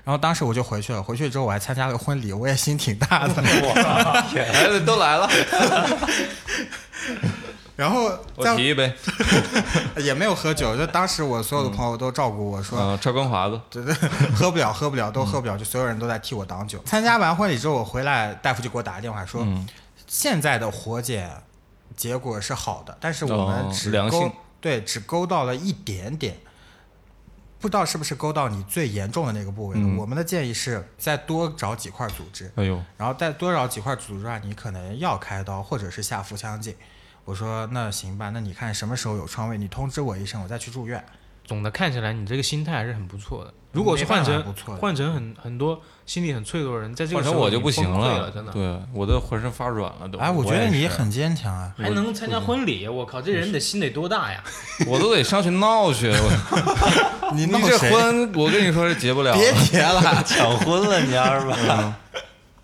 [SPEAKER 1] 然后当时我就回去了，回去之后我还参加了婚礼，我也心挺大的。
[SPEAKER 2] 孩子都来了，
[SPEAKER 1] 然后
[SPEAKER 2] 我提
[SPEAKER 1] 在
[SPEAKER 2] 一杯，
[SPEAKER 1] 也没有喝酒，就当时我所有的朋友都照顾我说，
[SPEAKER 2] 啊，超光华子，
[SPEAKER 1] 对对， 喝不了，喝不了，都喝不了，就所有人都在替我挡酒。参加完婚礼之后，我回来，大夫就给我打个电话说，
[SPEAKER 2] 嗯
[SPEAKER 1] 现在的活检结果是好的，但是我
[SPEAKER 2] 哦
[SPEAKER 1] 们只
[SPEAKER 2] 良
[SPEAKER 1] 勾、
[SPEAKER 2] 性
[SPEAKER 1] 对只勾到了一点点，不知道是不是勾到你最严重的那个部位了。
[SPEAKER 2] 嗯
[SPEAKER 1] 我们的建议是再多找几块组织，
[SPEAKER 2] 哎呦，
[SPEAKER 1] 然后再多找几块组织啊，你可能要开刀或者是下腹腔镜。我说那行吧，那你看什么时候有创位，你通知我一声，我再去住院。
[SPEAKER 4] 总的看起来，你这个心态还是很不错的。如果是
[SPEAKER 1] 没办
[SPEAKER 4] 换
[SPEAKER 1] 法
[SPEAKER 4] 成
[SPEAKER 1] 不错的
[SPEAKER 4] 换成很很多心理很脆弱的人，在这个
[SPEAKER 2] 换
[SPEAKER 4] 时
[SPEAKER 2] 成
[SPEAKER 4] 候
[SPEAKER 2] 我就不行
[SPEAKER 4] 你崩溃了，
[SPEAKER 2] 了，
[SPEAKER 4] 真的。
[SPEAKER 2] 对，我都浑身发软了都，
[SPEAKER 1] 哎，我觉
[SPEAKER 2] 也
[SPEAKER 1] 得你
[SPEAKER 2] 是
[SPEAKER 1] 很坚强啊。
[SPEAKER 4] 还能参加婚礼，我靠，这人得心得多 大呀！
[SPEAKER 2] 我都得上去 闹去，我
[SPEAKER 1] 你
[SPEAKER 2] 你
[SPEAKER 1] 闹
[SPEAKER 2] 这
[SPEAKER 1] 谁
[SPEAKER 2] 婚我跟你说是结不了
[SPEAKER 1] 别
[SPEAKER 2] 了，
[SPEAKER 1] 结了，
[SPEAKER 3] 抢婚了，你要是吧？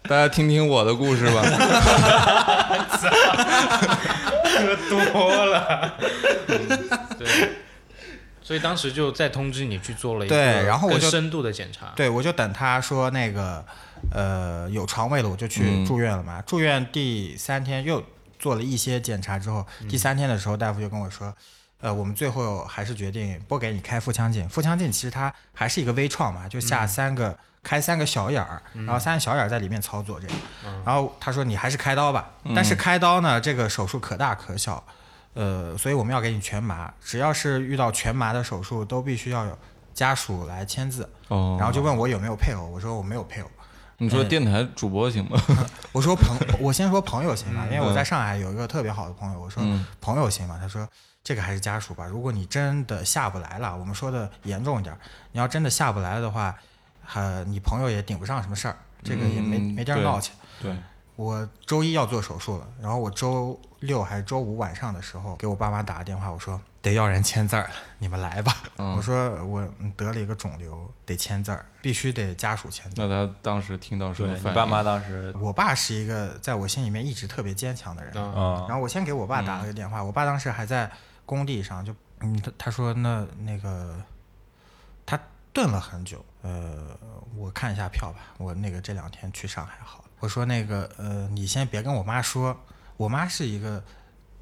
[SPEAKER 2] 大家听听我的故事吧。
[SPEAKER 4] 喝多了，对，所以当时就再通知你去做了一个
[SPEAKER 1] 对然后我就
[SPEAKER 4] 更深度的检查，
[SPEAKER 1] 对我就等他说那个呃有床位了，我就
[SPEAKER 2] 嗯
[SPEAKER 1] 去住院了嘛。住院第三天又做了一些检查之后，第三天的时候大夫就跟我说。呃，我们最后还是决定不给你开腹腔镜。腹腔镜其实它还是一个微创嘛，就下三个、开三个小眼儿，然后三个小眼儿在里面操作这样。然后他说你还是开刀吧，但是开刀呢，这个手术可大可小，呃，所以我们要给你全麻。只要是遇到全麻的手术，都必须要有家属来签字。
[SPEAKER 2] 哦，
[SPEAKER 1] 然后就问我有没有配偶，我说我没有配偶，
[SPEAKER 2] 你
[SPEAKER 1] 哎
[SPEAKER 2] 说电台主播行吗？
[SPEAKER 1] 我说朋， 我先说朋友行吧，因为
[SPEAKER 2] 嗯
[SPEAKER 1] 我在上海有一个特别好的朋友，我说朋友行吧，他说这个还是家属吧，如果你真的下不来了，我们说的严重一点儿，你要真的下不来的话，呃，你朋友也顶不上什么事儿，这个也没、
[SPEAKER 2] 嗯
[SPEAKER 1] 没地儿
[SPEAKER 2] 对
[SPEAKER 1] 闹去。
[SPEAKER 2] 对，
[SPEAKER 1] 我周一要做手术了，然后我周六还是周五晚上的时候给我爸妈打个电话，我说得要人签字儿了，你们来吧。
[SPEAKER 2] 嗯
[SPEAKER 1] 我说我嗯得了一个肿瘤，得签字儿，必须得家属签字。
[SPEAKER 2] 那他当时听到什
[SPEAKER 3] 对
[SPEAKER 2] 么
[SPEAKER 3] 你
[SPEAKER 2] 反应？
[SPEAKER 3] 爸妈当时
[SPEAKER 1] 我爸是一个在我心里面一直特别坚强的人。
[SPEAKER 4] 啊，
[SPEAKER 3] 啊
[SPEAKER 1] 然后我先给我爸打了个电话，我爸当时还在工地上，就嗯，他他说那那个他顿了很久，呃，我看一下票吧，我那个这两天去上海好了。我说那个呃，你先别跟我妈说，我妈是一个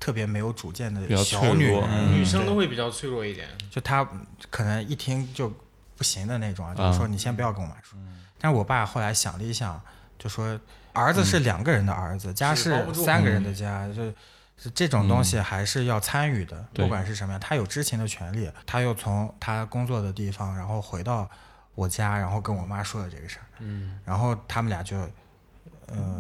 [SPEAKER 1] 特别没有主见
[SPEAKER 2] 比
[SPEAKER 1] 的
[SPEAKER 2] 较脆
[SPEAKER 1] 小
[SPEAKER 2] 弱
[SPEAKER 1] 女人，
[SPEAKER 2] 嗯
[SPEAKER 4] 女生都会比较脆弱一点，
[SPEAKER 1] 就他可能一听就不行的那种啊，就是说你先不要跟我妈说。
[SPEAKER 4] 嗯
[SPEAKER 1] 但是我爸后来想了一想，就说儿子是两个人的儿子，家
[SPEAKER 4] 是包不
[SPEAKER 1] 是
[SPEAKER 4] 住
[SPEAKER 1] 三个人的家，就是这种东西还是要参与的，
[SPEAKER 2] 对
[SPEAKER 1] 不管是什么样，他有知情的权利。他又从他工作的地方，然后回到我家，然后跟我妈说了这个事儿，
[SPEAKER 4] 嗯，
[SPEAKER 1] 然后他们俩就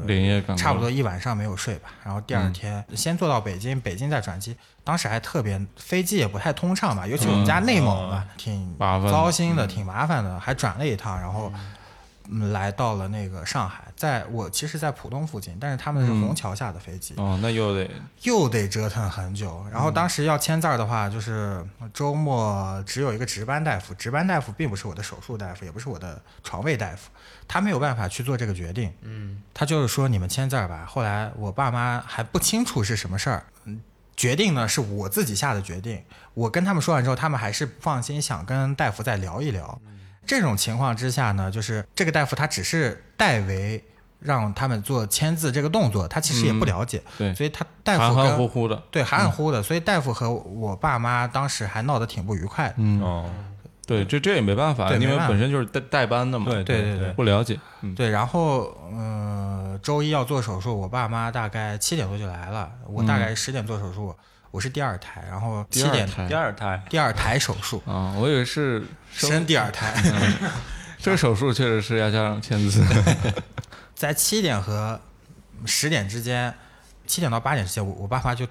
[SPEAKER 2] 连夜赶过来
[SPEAKER 1] 差不多一晚上没有睡吧，然后第二天
[SPEAKER 2] 嗯
[SPEAKER 1] 先坐到北京，北京再转机。当时还特别飞机也不太通畅吧，尤其我们家内蒙嘛，挺
[SPEAKER 2] 嗯哦麻烦嗯
[SPEAKER 1] 糟心的，挺麻烦的，还转了一趟，然后嗯来到了那个上海，在我其实，在浦东附近，但是他们
[SPEAKER 2] 嗯
[SPEAKER 1] 是虹桥下的飞机，
[SPEAKER 2] 哦，那又得
[SPEAKER 1] 又得折腾很久。然后当时要签字儿的话，就是周末只有一个值班大夫，值班大夫并不是我的手术大夫，也不是我的床位大夫，他没有办法去做这个决定。
[SPEAKER 4] 嗯，
[SPEAKER 1] 他就是说你们签字儿吧。后来我爸妈还不清楚是什么事儿，嗯决定呢是我自己下的决定。我跟他们说完之后，他们还是不放心，想跟大夫再聊一聊。这种情况之下呢，就是这个大夫他只是代为让他们做签字这个动作，他其实也不了解，
[SPEAKER 2] 对，
[SPEAKER 1] 所以他大
[SPEAKER 2] 含
[SPEAKER 1] 夫跟
[SPEAKER 2] 含糊嗯糊的，
[SPEAKER 1] 对含含糊糊的，所以大夫和我爸妈当时还闹得挺不愉快的。
[SPEAKER 2] 嗯，
[SPEAKER 3] 哦，
[SPEAKER 2] 对，这这也没办法，
[SPEAKER 1] 对
[SPEAKER 2] 因为
[SPEAKER 1] 没办法
[SPEAKER 2] 本身就是代代班的嘛，
[SPEAKER 3] 对
[SPEAKER 1] 对对
[SPEAKER 3] 对，
[SPEAKER 2] 不了解，
[SPEAKER 1] 对，然后呃，周一要做手术，我爸妈大概七点多就来了，我大概十点做手术，我是第二胎，然后
[SPEAKER 2] 嗯第
[SPEAKER 1] 七
[SPEAKER 2] 二
[SPEAKER 1] 点
[SPEAKER 2] 胎
[SPEAKER 3] 第二胎
[SPEAKER 1] 第二胎手术，
[SPEAKER 2] 啊，我以为是生
[SPEAKER 1] 生第二胎，
[SPEAKER 2] 嗯这个手术确实是要加上签字，
[SPEAKER 1] 在七点和十点之间，七点到八点之间，我我爸妈就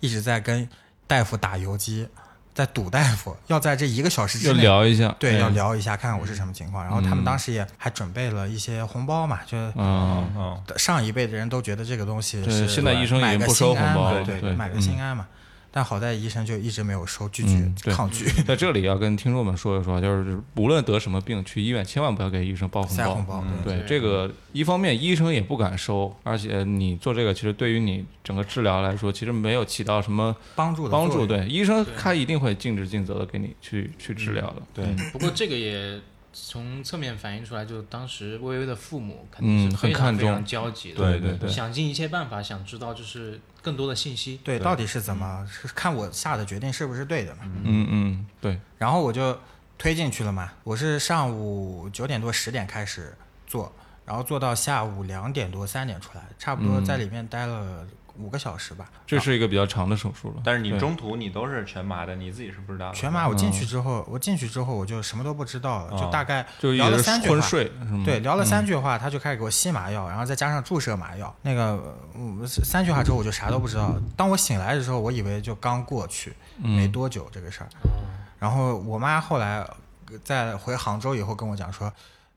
[SPEAKER 1] 一直在跟大夫打游击，在赌大夫要在这一个小时
[SPEAKER 2] 要
[SPEAKER 1] 之内。
[SPEAKER 2] 聊一下，
[SPEAKER 1] 对，
[SPEAKER 2] 哎
[SPEAKER 1] 要，聊一下，看看我是什么情况。然后他们
[SPEAKER 2] 嗯
[SPEAKER 1] 当时也还准备了一些红包嘛，就
[SPEAKER 2] 啊，
[SPEAKER 3] 哦，
[SPEAKER 1] 上一辈的人都觉得这个东西
[SPEAKER 2] 对
[SPEAKER 1] 是
[SPEAKER 2] 现在医生已经不收红
[SPEAKER 1] 买个心安嘛
[SPEAKER 2] 包了
[SPEAKER 1] 对，
[SPEAKER 2] 对
[SPEAKER 1] 买个
[SPEAKER 2] 嗯
[SPEAKER 1] 心安嘛。但好在医生就一直没有收，拒绝、
[SPEAKER 2] 嗯对
[SPEAKER 1] 抗拒
[SPEAKER 2] 在这里要跟听众们说一说，就是无论得什么病，去医院千万不要给医生包红
[SPEAKER 1] 塞
[SPEAKER 2] 包
[SPEAKER 1] 红。包。对
[SPEAKER 2] 对
[SPEAKER 4] 对
[SPEAKER 2] 这个，一方面医生也不敢收，而且你做这个其实对于你整个治疗来说，其实没有起到什么
[SPEAKER 1] 帮助的
[SPEAKER 2] 帮
[SPEAKER 1] 作
[SPEAKER 2] 助。
[SPEAKER 1] 用，
[SPEAKER 2] 对，医生他一定会尽职尽责的给你去去治疗的。
[SPEAKER 3] 对
[SPEAKER 2] 嗯
[SPEAKER 4] 不过这个也从侧面反映出来，就当时微微的父母肯
[SPEAKER 2] 嗯
[SPEAKER 4] 定是
[SPEAKER 2] 很
[SPEAKER 4] 非
[SPEAKER 2] 看
[SPEAKER 4] 常非
[SPEAKER 2] 重
[SPEAKER 4] 常焦急的，
[SPEAKER 3] 对对
[SPEAKER 2] 对
[SPEAKER 4] 想尽一切办法想知道就是更多的信息。
[SPEAKER 1] 对到底是怎么是看我下的决定是不是对的嘛？
[SPEAKER 2] 嗯嗯，对，
[SPEAKER 1] 然后我就推进去了嘛。我是上午九点多十点开始做，然后做到下午两点多三点出来，差不多
[SPEAKER 2] 嗯
[SPEAKER 1] 在里面待了五个小时吧。
[SPEAKER 2] 这是一个比较长的手术了。
[SPEAKER 3] 但是你
[SPEAKER 2] 对
[SPEAKER 3] 中途你都是全麻的，你自己是不知道的，
[SPEAKER 1] 全麻，我进去之后，我进去之后我就什么都不知道了，就
[SPEAKER 3] 哦
[SPEAKER 1] 大概
[SPEAKER 2] 就
[SPEAKER 1] 聊了
[SPEAKER 2] 也是
[SPEAKER 1] 三句
[SPEAKER 2] 昏
[SPEAKER 1] 话。
[SPEAKER 2] 睡是吗？
[SPEAKER 1] 对，聊了三句话，他就开始给我吸麻药，然后再加上注射麻药。那个，嗯，三句话之后我就啥都不知道了。当我醒来的时候，我以为就刚过去，
[SPEAKER 2] 嗯
[SPEAKER 1] 没多久这个事儿。然后我妈后来在回杭州以后跟我讲说，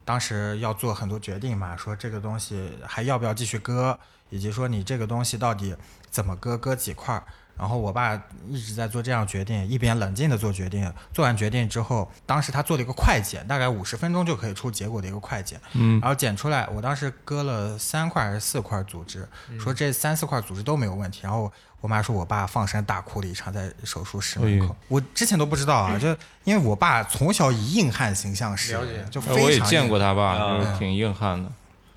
[SPEAKER 1] 当时要做很多决定嘛，说这个东西还要不要继续割，以及说你这个东西到底怎么割，割几块儿。然后我爸一直在做这样决定，一边冷静的做决定，做完决定之后，当时他做了一个快检，大概五十分钟就可以出结果的一个快检，
[SPEAKER 2] 嗯，
[SPEAKER 1] 然后检出来，我当时割了三块还是四块组织，说这三四块组织都没有问题。然后我妈说我爸放声大哭了一场，在手术室门
[SPEAKER 2] 哎
[SPEAKER 1] 口
[SPEAKER 2] 呦。
[SPEAKER 1] 我之前都不知道啊，就因为我爸从小以硬汉形象示
[SPEAKER 4] 了解
[SPEAKER 1] 人，就
[SPEAKER 2] 呃我
[SPEAKER 1] 非
[SPEAKER 2] 也
[SPEAKER 1] 常
[SPEAKER 2] 见过他爸，
[SPEAKER 3] 啊
[SPEAKER 2] 就是挺硬汉的。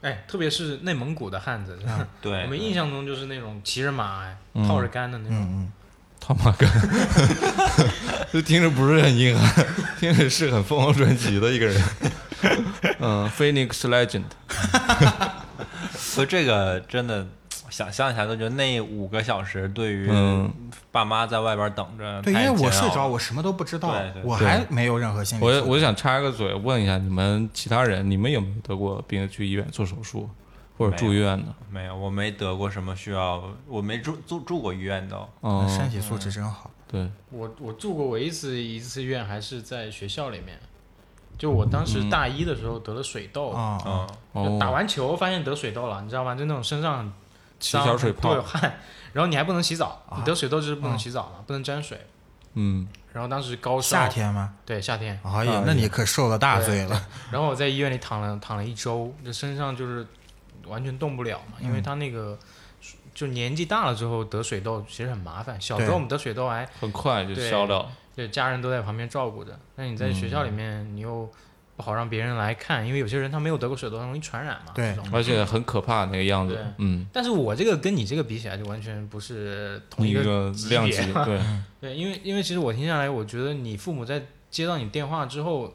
[SPEAKER 4] 哎，特别是内蒙古的汉子，
[SPEAKER 1] 嗯
[SPEAKER 3] 对
[SPEAKER 4] 我们印象中就是那种骑着马哎套着杆的那种。
[SPEAKER 1] 嗯
[SPEAKER 2] 他妈 干，就听着不是很硬汉，听着是很凤凰传奇的一 个人。嗯，Phoenix Legend，
[SPEAKER 3] 所以这个真的想象一下都觉得那五个小时对于
[SPEAKER 2] 嗯
[SPEAKER 3] 爸妈在外边等着，
[SPEAKER 1] 嗯，对，因为
[SPEAKER 3] 太
[SPEAKER 1] 我
[SPEAKER 3] 煎熬
[SPEAKER 1] 睡着，
[SPEAKER 3] 了
[SPEAKER 1] 我什么都不知道
[SPEAKER 3] 对对，
[SPEAKER 1] 我还没有任何心理
[SPEAKER 2] 我
[SPEAKER 1] 负
[SPEAKER 2] 我想插个嘴，问一下你们其他人，你们有没有得过病去医院做手术或者住院的？
[SPEAKER 3] 没有，我没得过什么需要，我没住住住过医院都。
[SPEAKER 1] 担
[SPEAKER 2] 哦，
[SPEAKER 1] 身体素质真好，
[SPEAKER 2] 嗯对，
[SPEAKER 4] 我我住过唯一一次一次院，还是在学校里面。就我当
[SPEAKER 1] 嗯
[SPEAKER 4] 时大一的时候得了水痘，
[SPEAKER 1] 啊
[SPEAKER 3] 嗯，
[SPEAKER 2] 哦
[SPEAKER 4] 就，打完球发现得水痘了，你知道吗？就那种身上很
[SPEAKER 2] 起小水
[SPEAKER 4] 对，
[SPEAKER 2] 泡，
[SPEAKER 4] 有汗，然后你还不能洗澡，
[SPEAKER 1] 啊
[SPEAKER 4] 你得水痘就是不能洗澡嘛，不能沾水。
[SPEAKER 2] 嗯，
[SPEAKER 4] 然后当时高烧，
[SPEAKER 1] 夏天吗？
[SPEAKER 4] 对夏天，
[SPEAKER 1] 哎呀，那你可受了大罪了。
[SPEAKER 4] 然后我在医院里躺了躺了一周，这身上就是完全动不了嘛，
[SPEAKER 1] 嗯
[SPEAKER 4] 因为他那个就年纪大了之后得水痘其实很麻烦，小时候
[SPEAKER 1] 对
[SPEAKER 4] 我们得水痘还
[SPEAKER 2] 很快就消掉了。
[SPEAKER 4] 对家人都在旁边照顾着，那你在学校里面你又不好让别人来看，因为有些人他没有得过水痘，他容易传染嘛。
[SPEAKER 1] 对
[SPEAKER 4] 这种
[SPEAKER 2] 而且很可怕那个样子
[SPEAKER 4] 对，
[SPEAKER 2] 嗯，
[SPEAKER 4] 但是我这个跟你这个比起来，就完全不是同
[SPEAKER 2] 一
[SPEAKER 4] 个
[SPEAKER 2] 个
[SPEAKER 4] 级
[SPEAKER 2] 量级
[SPEAKER 4] 别，
[SPEAKER 2] 对，
[SPEAKER 4] 对，因为因为其实我听下来，我觉得你父母在接到你电话之后，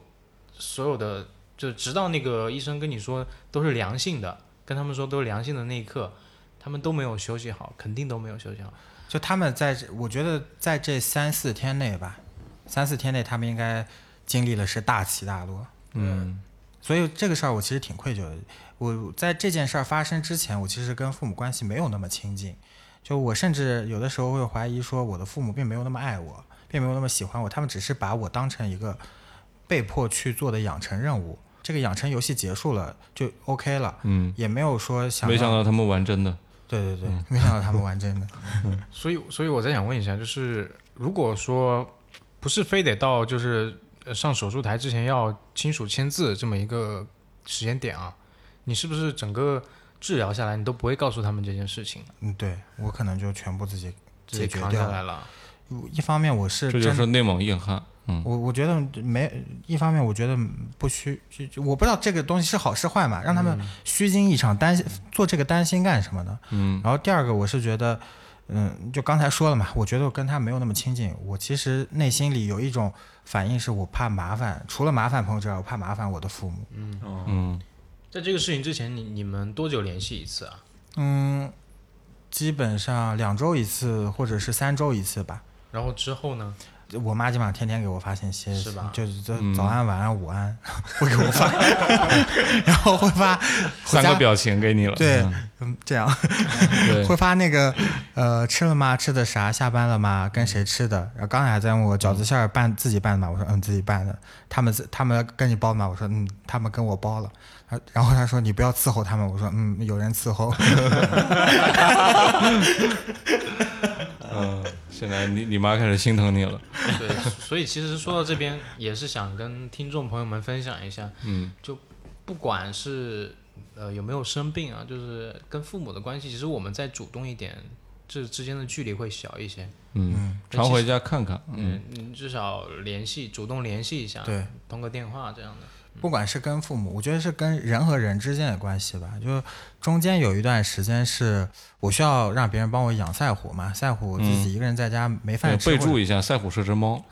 [SPEAKER 4] 所有的就直到那个医生跟你说都是良性的，跟他们说都是良性的那一刻，他们都没有休息好，肯定都没有休息好。
[SPEAKER 1] 就他们在这，我觉得在这三四天内吧，三四天内他们应该经历了是大起大落，
[SPEAKER 2] 嗯，
[SPEAKER 1] 所以这个事儿我其实挺愧疚的。我在这件事儿发生之前，我其实跟父母关系没有那么亲近，就我甚至有的时候会怀疑说我的父母并没有那么爱我，并没有那么喜欢我，他们只是把我当成一个被迫去做的养成任务。这个养成游戏结束了就 OK 了，
[SPEAKER 2] 嗯，
[SPEAKER 1] 也没有说想
[SPEAKER 2] 没想
[SPEAKER 1] 到，
[SPEAKER 2] 到他们玩真的，
[SPEAKER 1] 对对对，没想到他们玩真的，
[SPEAKER 4] 所以，所以我在想问一下，就是如果说不是非得到就是呃上手术台之前要亲属签字这么一个时间点啊，你是不是整个治疗下来你都不会告诉他们这件事情，
[SPEAKER 1] 嗯，对我可能就全部自己
[SPEAKER 4] 直
[SPEAKER 1] 解
[SPEAKER 4] 接
[SPEAKER 1] 决
[SPEAKER 4] 扛
[SPEAKER 1] 掉
[SPEAKER 4] 下
[SPEAKER 1] 了
[SPEAKER 4] 来了？
[SPEAKER 1] 一方面我是
[SPEAKER 2] 这
[SPEAKER 1] 真
[SPEAKER 2] 就
[SPEAKER 1] 的。
[SPEAKER 2] 是内蒙硬汉，嗯
[SPEAKER 1] 我我觉得没，一方面我觉得不虚，就就我不知道这个东西是好是坏嘛，让他们虚惊一场，担心做这个担心干什么呢？
[SPEAKER 2] 嗯
[SPEAKER 1] 然后第二个，我是觉得，嗯，就刚才说了嘛，我觉得我跟他没有那么亲近，我其实内心里有一种反应，是我怕麻烦，除了麻烦朋友之外，我怕麻烦我的父母。
[SPEAKER 2] 嗯，
[SPEAKER 4] 在这个事情之前，你你们多久联系一次啊？
[SPEAKER 1] 嗯，基本上两周一次，或者是三周一次吧。
[SPEAKER 4] 然后之后呢？
[SPEAKER 1] 我妈基本上天天给我发信息，
[SPEAKER 4] 是吧
[SPEAKER 1] 就是这
[SPEAKER 2] 嗯
[SPEAKER 1] 早安、晚安、午安， 会给我 发，然后会发
[SPEAKER 2] 三
[SPEAKER 1] 回
[SPEAKER 2] 个
[SPEAKER 1] 家
[SPEAKER 2] 表情给你了，
[SPEAKER 1] 对，嗯，这样
[SPEAKER 2] 对
[SPEAKER 1] 会，发那个呃，吃了吗？吃的啥？下班了吗？跟谁吃的？然后刚才还在问我饺子馅儿拌自己拌的吗？我说嗯，自己拌的。他们自他们跟你包吗？我说嗯，他们跟我包了。然后然后他说你不要伺候他们。我说嗯，有人伺候。
[SPEAKER 2] 嗯，现在你你妈开始心疼你了，
[SPEAKER 4] 对，所以其实说到这边，也是想跟听众朋友们分享一下，
[SPEAKER 2] 嗯，
[SPEAKER 4] 就不管是呃有没有生病啊，就是跟父母的关系，其实我们再主动一点，这之间的距离会小一些。
[SPEAKER 2] 嗯，常回家看看，嗯
[SPEAKER 4] 嗯，你至少联系，主动联系一下，
[SPEAKER 1] 对，
[SPEAKER 4] 通个电话这样的。
[SPEAKER 1] 不管是跟父母，我觉得是跟人和人之间的关系吧。就中间有一段时间是我需要让别人帮我养赛虎嘛，赛虎我自己一个人在家没
[SPEAKER 2] 呃
[SPEAKER 1] 饭吃，啊
[SPEAKER 2] 嗯备
[SPEAKER 1] 或者
[SPEAKER 2] 注一下，赛虎是只猫，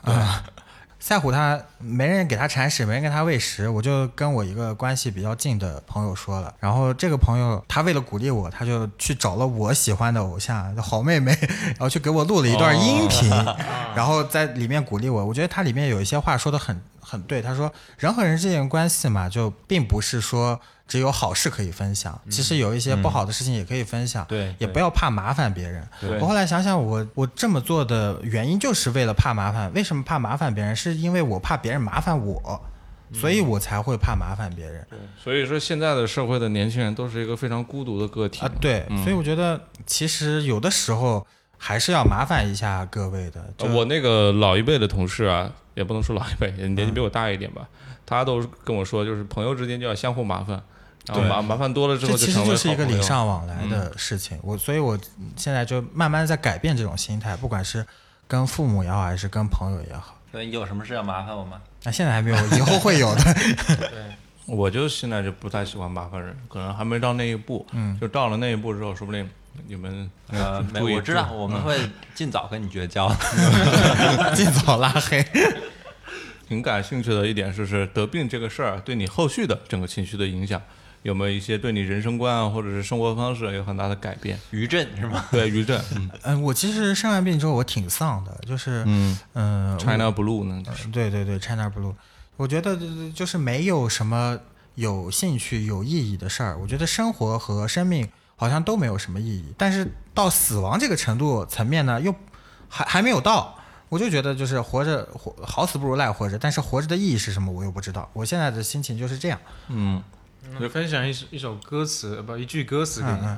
[SPEAKER 1] 赛虎它没人给它铲屎，没人给它喂食，我就跟我一个关系比较近的朋友说了。然后这个朋友他为了鼓励我，他就去找了我喜欢的偶像好妹妹，然后去给我录了一段音频，
[SPEAKER 2] 啊
[SPEAKER 1] 然后在里面鼓励我。我觉得它里面有一些话说的很很对，他说人和人之间的关系嘛，就并不是说只有好事可以分享，其实有一些不好的事情也可以分享。
[SPEAKER 2] 嗯对
[SPEAKER 1] 也不要怕麻烦别人。
[SPEAKER 2] 对
[SPEAKER 1] 我后来想想我，我这么做的原因就是为了怕麻烦。为什么怕麻烦别人？是因为我怕别人麻烦我，
[SPEAKER 2] 嗯
[SPEAKER 1] 所以我才会怕麻烦别人、
[SPEAKER 2] 所以说现在的社会的年轻人都是一个非常孤独的个体
[SPEAKER 1] 啊。对，
[SPEAKER 2] 嗯
[SPEAKER 1] 所以我觉得其实有的时候还是要麻烦一下各位的。就
[SPEAKER 2] 呃我那个老一辈的同事啊，也不能说老一辈，年
[SPEAKER 1] 嗯
[SPEAKER 2] 纪比我大一点吧，他都是跟我说，就是朋友之间就要相互麻烦，然后麻麻烦多了之
[SPEAKER 1] 这
[SPEAKER 2] 后
[SPEAKER 1] 其实
[SPEAKER 2] 成为
[SPEAKER 1] 就是一
[SPEAKER 2] 好
[SPEAKER 1] 个
[SPEAKER 2] 朋
[SPEAKER 1] 礼
[SPEAKER 2] 友。嗯
[SPEAKER 1] 尚往来的事情。我所以，我现在就慢慢在改变这种心态，不管是跟父母也好，还是跟朋友也好。
[SPEAKER 3] 所以你有什么事要麻烦我吗？
[SPEAKER 1] 那现在还没有，以后会有的。
[SPEAKER 2] 我就现在就不太喜欢麻烦人，可能还没到那一步，
[SPEAKER 1] 嗯
[SPEAKER 2] 就到了那一步之后，说不定你们
[SPEAKER 3] 呃，没，
[SPEAKER 2] 注意
[SPEAKER 3] 我知
[SPEAKER 2] 注
[SPEAKER 3] 道，
[SPEAKER 2] 意
[SPEAKER 3] 我们会尽早跟你绝交。
[SPEAKER 1] 尽早拉黑。
[SPEAKER 2] 挺感兴趣的一点就是得病这个事儿对你后续的整个情绪的影响，有没有一些对你人生观啊，或者是生活方式有很大的改变？
[SPEAKER 3] 余震是吗？
[SPEAKER 2] 对，于震，嗯
[SPEAKER 1] 嗯，我其实生完病之后我挺丧的，就是
[SPEAKER 2] 嗯
[SPEAKER 1] 嗯
[SPEAKER 2] ，China Blue 呢？
[SPEAKER 1] 我对对对，China Blue，我觉得就是就是没有什么有兴趣、有意义的事儿。我觉得生活和生命好像都没有什么意义，但是到死亡这个程度层面呢，又还还没有到。我就觉得就是活着活好死不如赖活着，但是活着的意义是什么我又不知道。我现在的心情就是这样。
[SPEAKER 2] 嗯，
[SPEAKER 4] 嗯、分享一首一首歌词，呃不一句歌词给你。
[SPEAKER 1] 嗯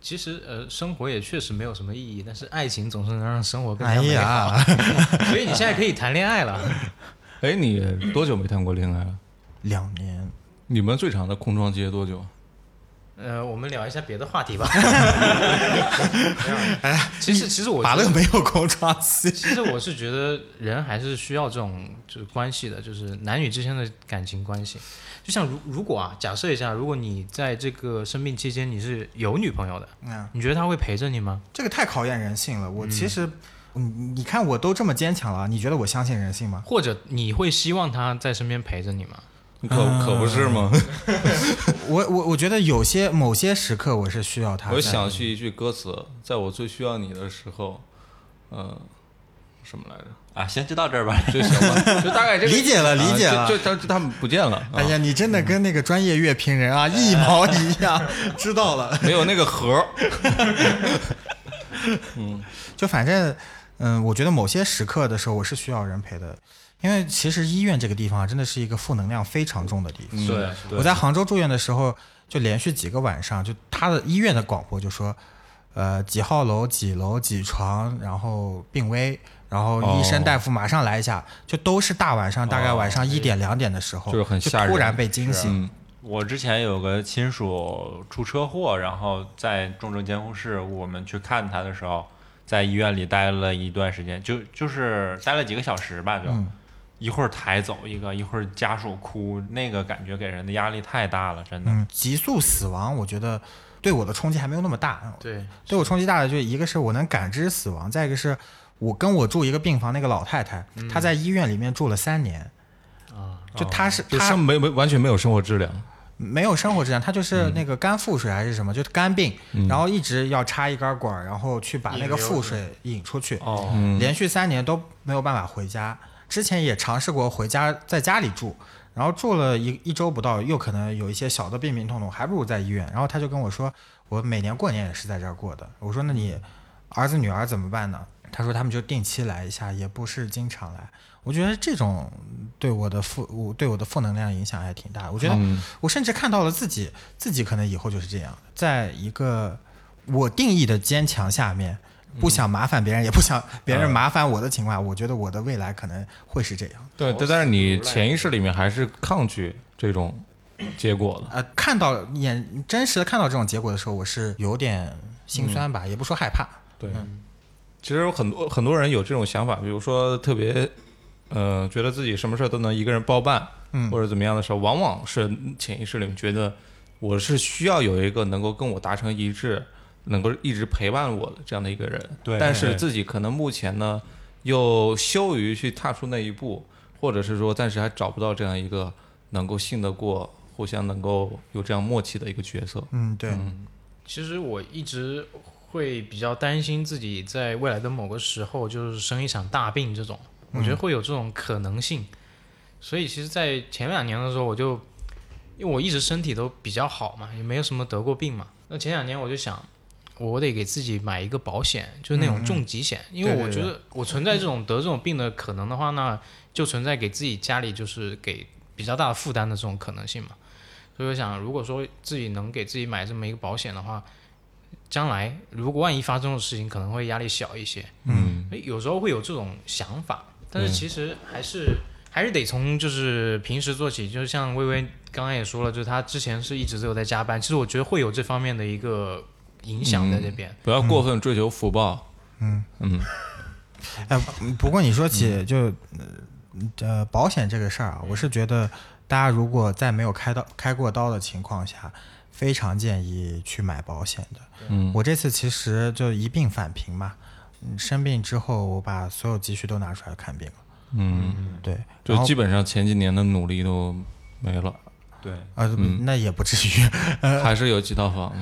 [SPEAKER 4] 其实呃，生活也确实没有什么意义，但是爱情总是能让生活更
[SPEAKER 1] 哎
[SPEAKER 4] 加美 好。
[SPEAKER 1] 呀，
[SPEAKER 4] 所以你现在可以谈恋爱了。
[SPEAKER 2] 哎，你多久没谈过恋爱了？
[SPEAKER 1] 两年
[SPEAKER 2] 你们最长的空窗期多久？
[SPEAKER 4] 呃，我们聊一下别的话题吧。其实，其实 我
[SPEAKER 1] 马
[SPEAKER 4] 觉得
[SPEAKER 1] 乐没有空窗 期。
[SPEAKER 4] 其实我是觉得人还是需要这种就是关系的，就是男女之间的感情关系。就像如如果啊，假设一下，如果你在这个生病期间你是有女朋友的，
[SPEAKER 1] 嗯。
[SPEAKER 4] 你觉得她会陪着你吗？
[SPEAKER 1] 这个太考验人性了。我其实，嗯，你看我都这么坚强了，你觉得我相信人性吗？
[SPEAKER 4] 或者你会希望她在身边陪着你吗？
[SPEAKER 2] 可
[SPEAKER 1] 啊
[SPEAKER 2] 可不是吗？
[SPEAKER 1] 我我我觉得有些某些时刻我是需要他的。
[SPEAKER 2] 我想起一句歌词，在我最需要你的时候，呃，什么来着？
[SPEAKER 3] 啊，行，就到这儿吧。
[SPEAKER 2] 就行 吧，就大概这个
[SPEAKER 1] 理解了
[SPEAKER 2] 啊
[SPEAKER 1] 理解了
[SPEAKER 2] 就就他就他们不见了，啊哎
[SPEAKER 1] 哎呀，你真的跟那个专业乐评人啊一毛一样，知道了。
[SPEAKER 2] 没有那个核儿。
[SPEAKER 1] 就反正，嗯，我觉得某些时刻的时候，我是需要人陪的。因为其实医院这个地方啊真的是一个负能量非常重的地方。
[SPEAKER 2] 嗯
[SPEAKER 3] 对，
[SPEAKER 1] 我在杭州住院的时候，就连续几个晚上，就他的医院的广播就说，呃，几号楼几楼几床，然后病危，然后医生
[SPEAKER 2] 哦
[SPEAKER 1] 大夫马上来一下，就都是大晚上，大概晚上一点两点的时候，
[SPEAKER 2] 就是很吓人
[SPEAKER 1] 突然被惊醒。
[SPEAKER 2] 嗯
[SPEAKER 3] 我之前有个亲属出车祸，然后在重症监护室，我们去看他的时候，在医院里待了一段时间，就就是待了几个小时吧，就、
[SPEAKER 1] 嗯
[SPEAKER 3] 一会儿抬走一个，一会儿家属哭，那个感觉给人的压力太大了，真的。
[SPEAKER 1] 嗯，急速死亡，我觉得对我的冲击还没有那么大。
[SPEAKER 4] 对，
[SPEAKER 1] 对我冲击大的就一个是我能感知死亡，再一个是我跟我住一个病房那个老太太，
[SPEAKER 2] 嗯
[SPEAKER 1] 她在医院里面住了三年，
[SPEAKER 4] 啊，
[SPEAKER 1] 就她是、
[SPEAKER 2] 哦就
[SPEAKER 1] 她
[SPEAKER 2] 生没没完全没有生活质量，
[SPEAKER 1] 没有生活质量，她
[SPEAKER 4] 嗯
[SPEAKER 1] 就是那个肝腹水还是什么，就是肝病，
[SPEAKER 2] 嗯
[SPEAKER 1] 然后一直要插一根管儿，然后去把那个
[SPEAKER 4] 引流
[SPEAKER 1] 腹水引出去，
[SPEAKER 3] 哦，
[SPEAKER 2] 嗯
[SPEAKER 1] 连续三年都没有办法回家。之前也尝试过回家，在家里住，然后住了一一周不到，又可能有一些小的病病痛痛，还不如在医院。然后他就跟我说，我每年过年也是在这儿过的。我说那你
[SPEAKER 4] 嗯
[SPEAKER 1] 儿子女儿怎么办呢？他说他们就定期来一下，也不是经常来。我觉得这种对我的负，我对我的负能量影响还挺大。我觉得
[SPEAKER 2] 嗯
[SPEAKER 1] 我甚至看到了自己，自己可能以后就是这样，在一个我定义的坚强下面，不想麻烦别人，也不想别人麻烦我的情况下，我觉得我的未来可能会是这样。
[SPEAKER 2] 对，但但是你潜意识里面还是抗拒这种结果的，
[SPEAKER 1] 呃，看到眼真实的看到这种结果的时候，我是有点心酸吧，也不说害怕。
[SPEAKER 2] 对。其实有很多很多人有这种想法，比如说特别，呃，觉得自己什么事儿都能一个人包办，
[SPEAKER 1] 嗯
[SPEAKER 2] 或者怎么样的时候，往往是潜意识里面觉得我是需要有一个能够跟我达成一致，能够一直陪伴我的这样的一个人。
[SPEAKER 3] 对
[SPEAKER 2] 但是自己可能目前呢又羞于去踏出那一步，或者是说暂时还找不到这样一个能够信得过、互相能够有这样默契的一个角色。
[SPEAKER 1] 嗯，对，
[SPEAKER 4] 其实我一直会比较担心自己在未来的某个时候就是生一场大病这种，我觉得会有这种可能性。所以其实，在前两年的时候，我就因为我一直身体都比较好嘛，也没有什么得过病嘛。那前两年我就想，我得给自己买一个保险，就是那种重疾险，因为
[SPEAKER 1] 对对
[SPEAKER 4] 我觉得我存在这种得这种病的可能的话，那就存在给自己家里就是给比较大的负担的这种可能性嘛。所以我想，如果说自己能给自己买这么一个保险的话，将来如果万一发生的事情，可能会压力小一些。
[SPEAKER 2] 嗯，
[SPEAKER 4] 诶有时候会有这种想法，但
[SPEAKER 1] 嗯
[SPEAKER 4] 是其实还是还是得从就是平时做起。就像微微刚刚也说了，就是她之前是一直都有在加班，其实我觉得会有这方面的一个影响
[SPEAKER 1] 嗯
[SPEAKER 4] 在这边。
[SPEAKER 2] 嗯不要过分追求福报。
[SPEAKER 1] 哎、不过你说起就呃保险这个事儿啊，我是觉得大家如果在没有开刀开过刀的情况下，非常建议去买保险的。
[SPEAKER 2] 嗯，
[SPEAKER 1] 我这次其实就一病返贫嘛，嗯生病之后我把所有积蓄都拿出来看病了。
[SPEAKER 2] 嗯，
[SPEAKER 1] 对，
[SPEAKER 2] 就
[SPEAKER 1] 然后
[SPEAKER 2] 基本上前几年的努力都没了，
[SPEAKER 3] 对，
[SPEAKER 1] 呃、
[SPEAKER 2] 嗯
[SPEAKER 1] 那也不至于， 呃
[SPEAKER 2] 还是有几套房。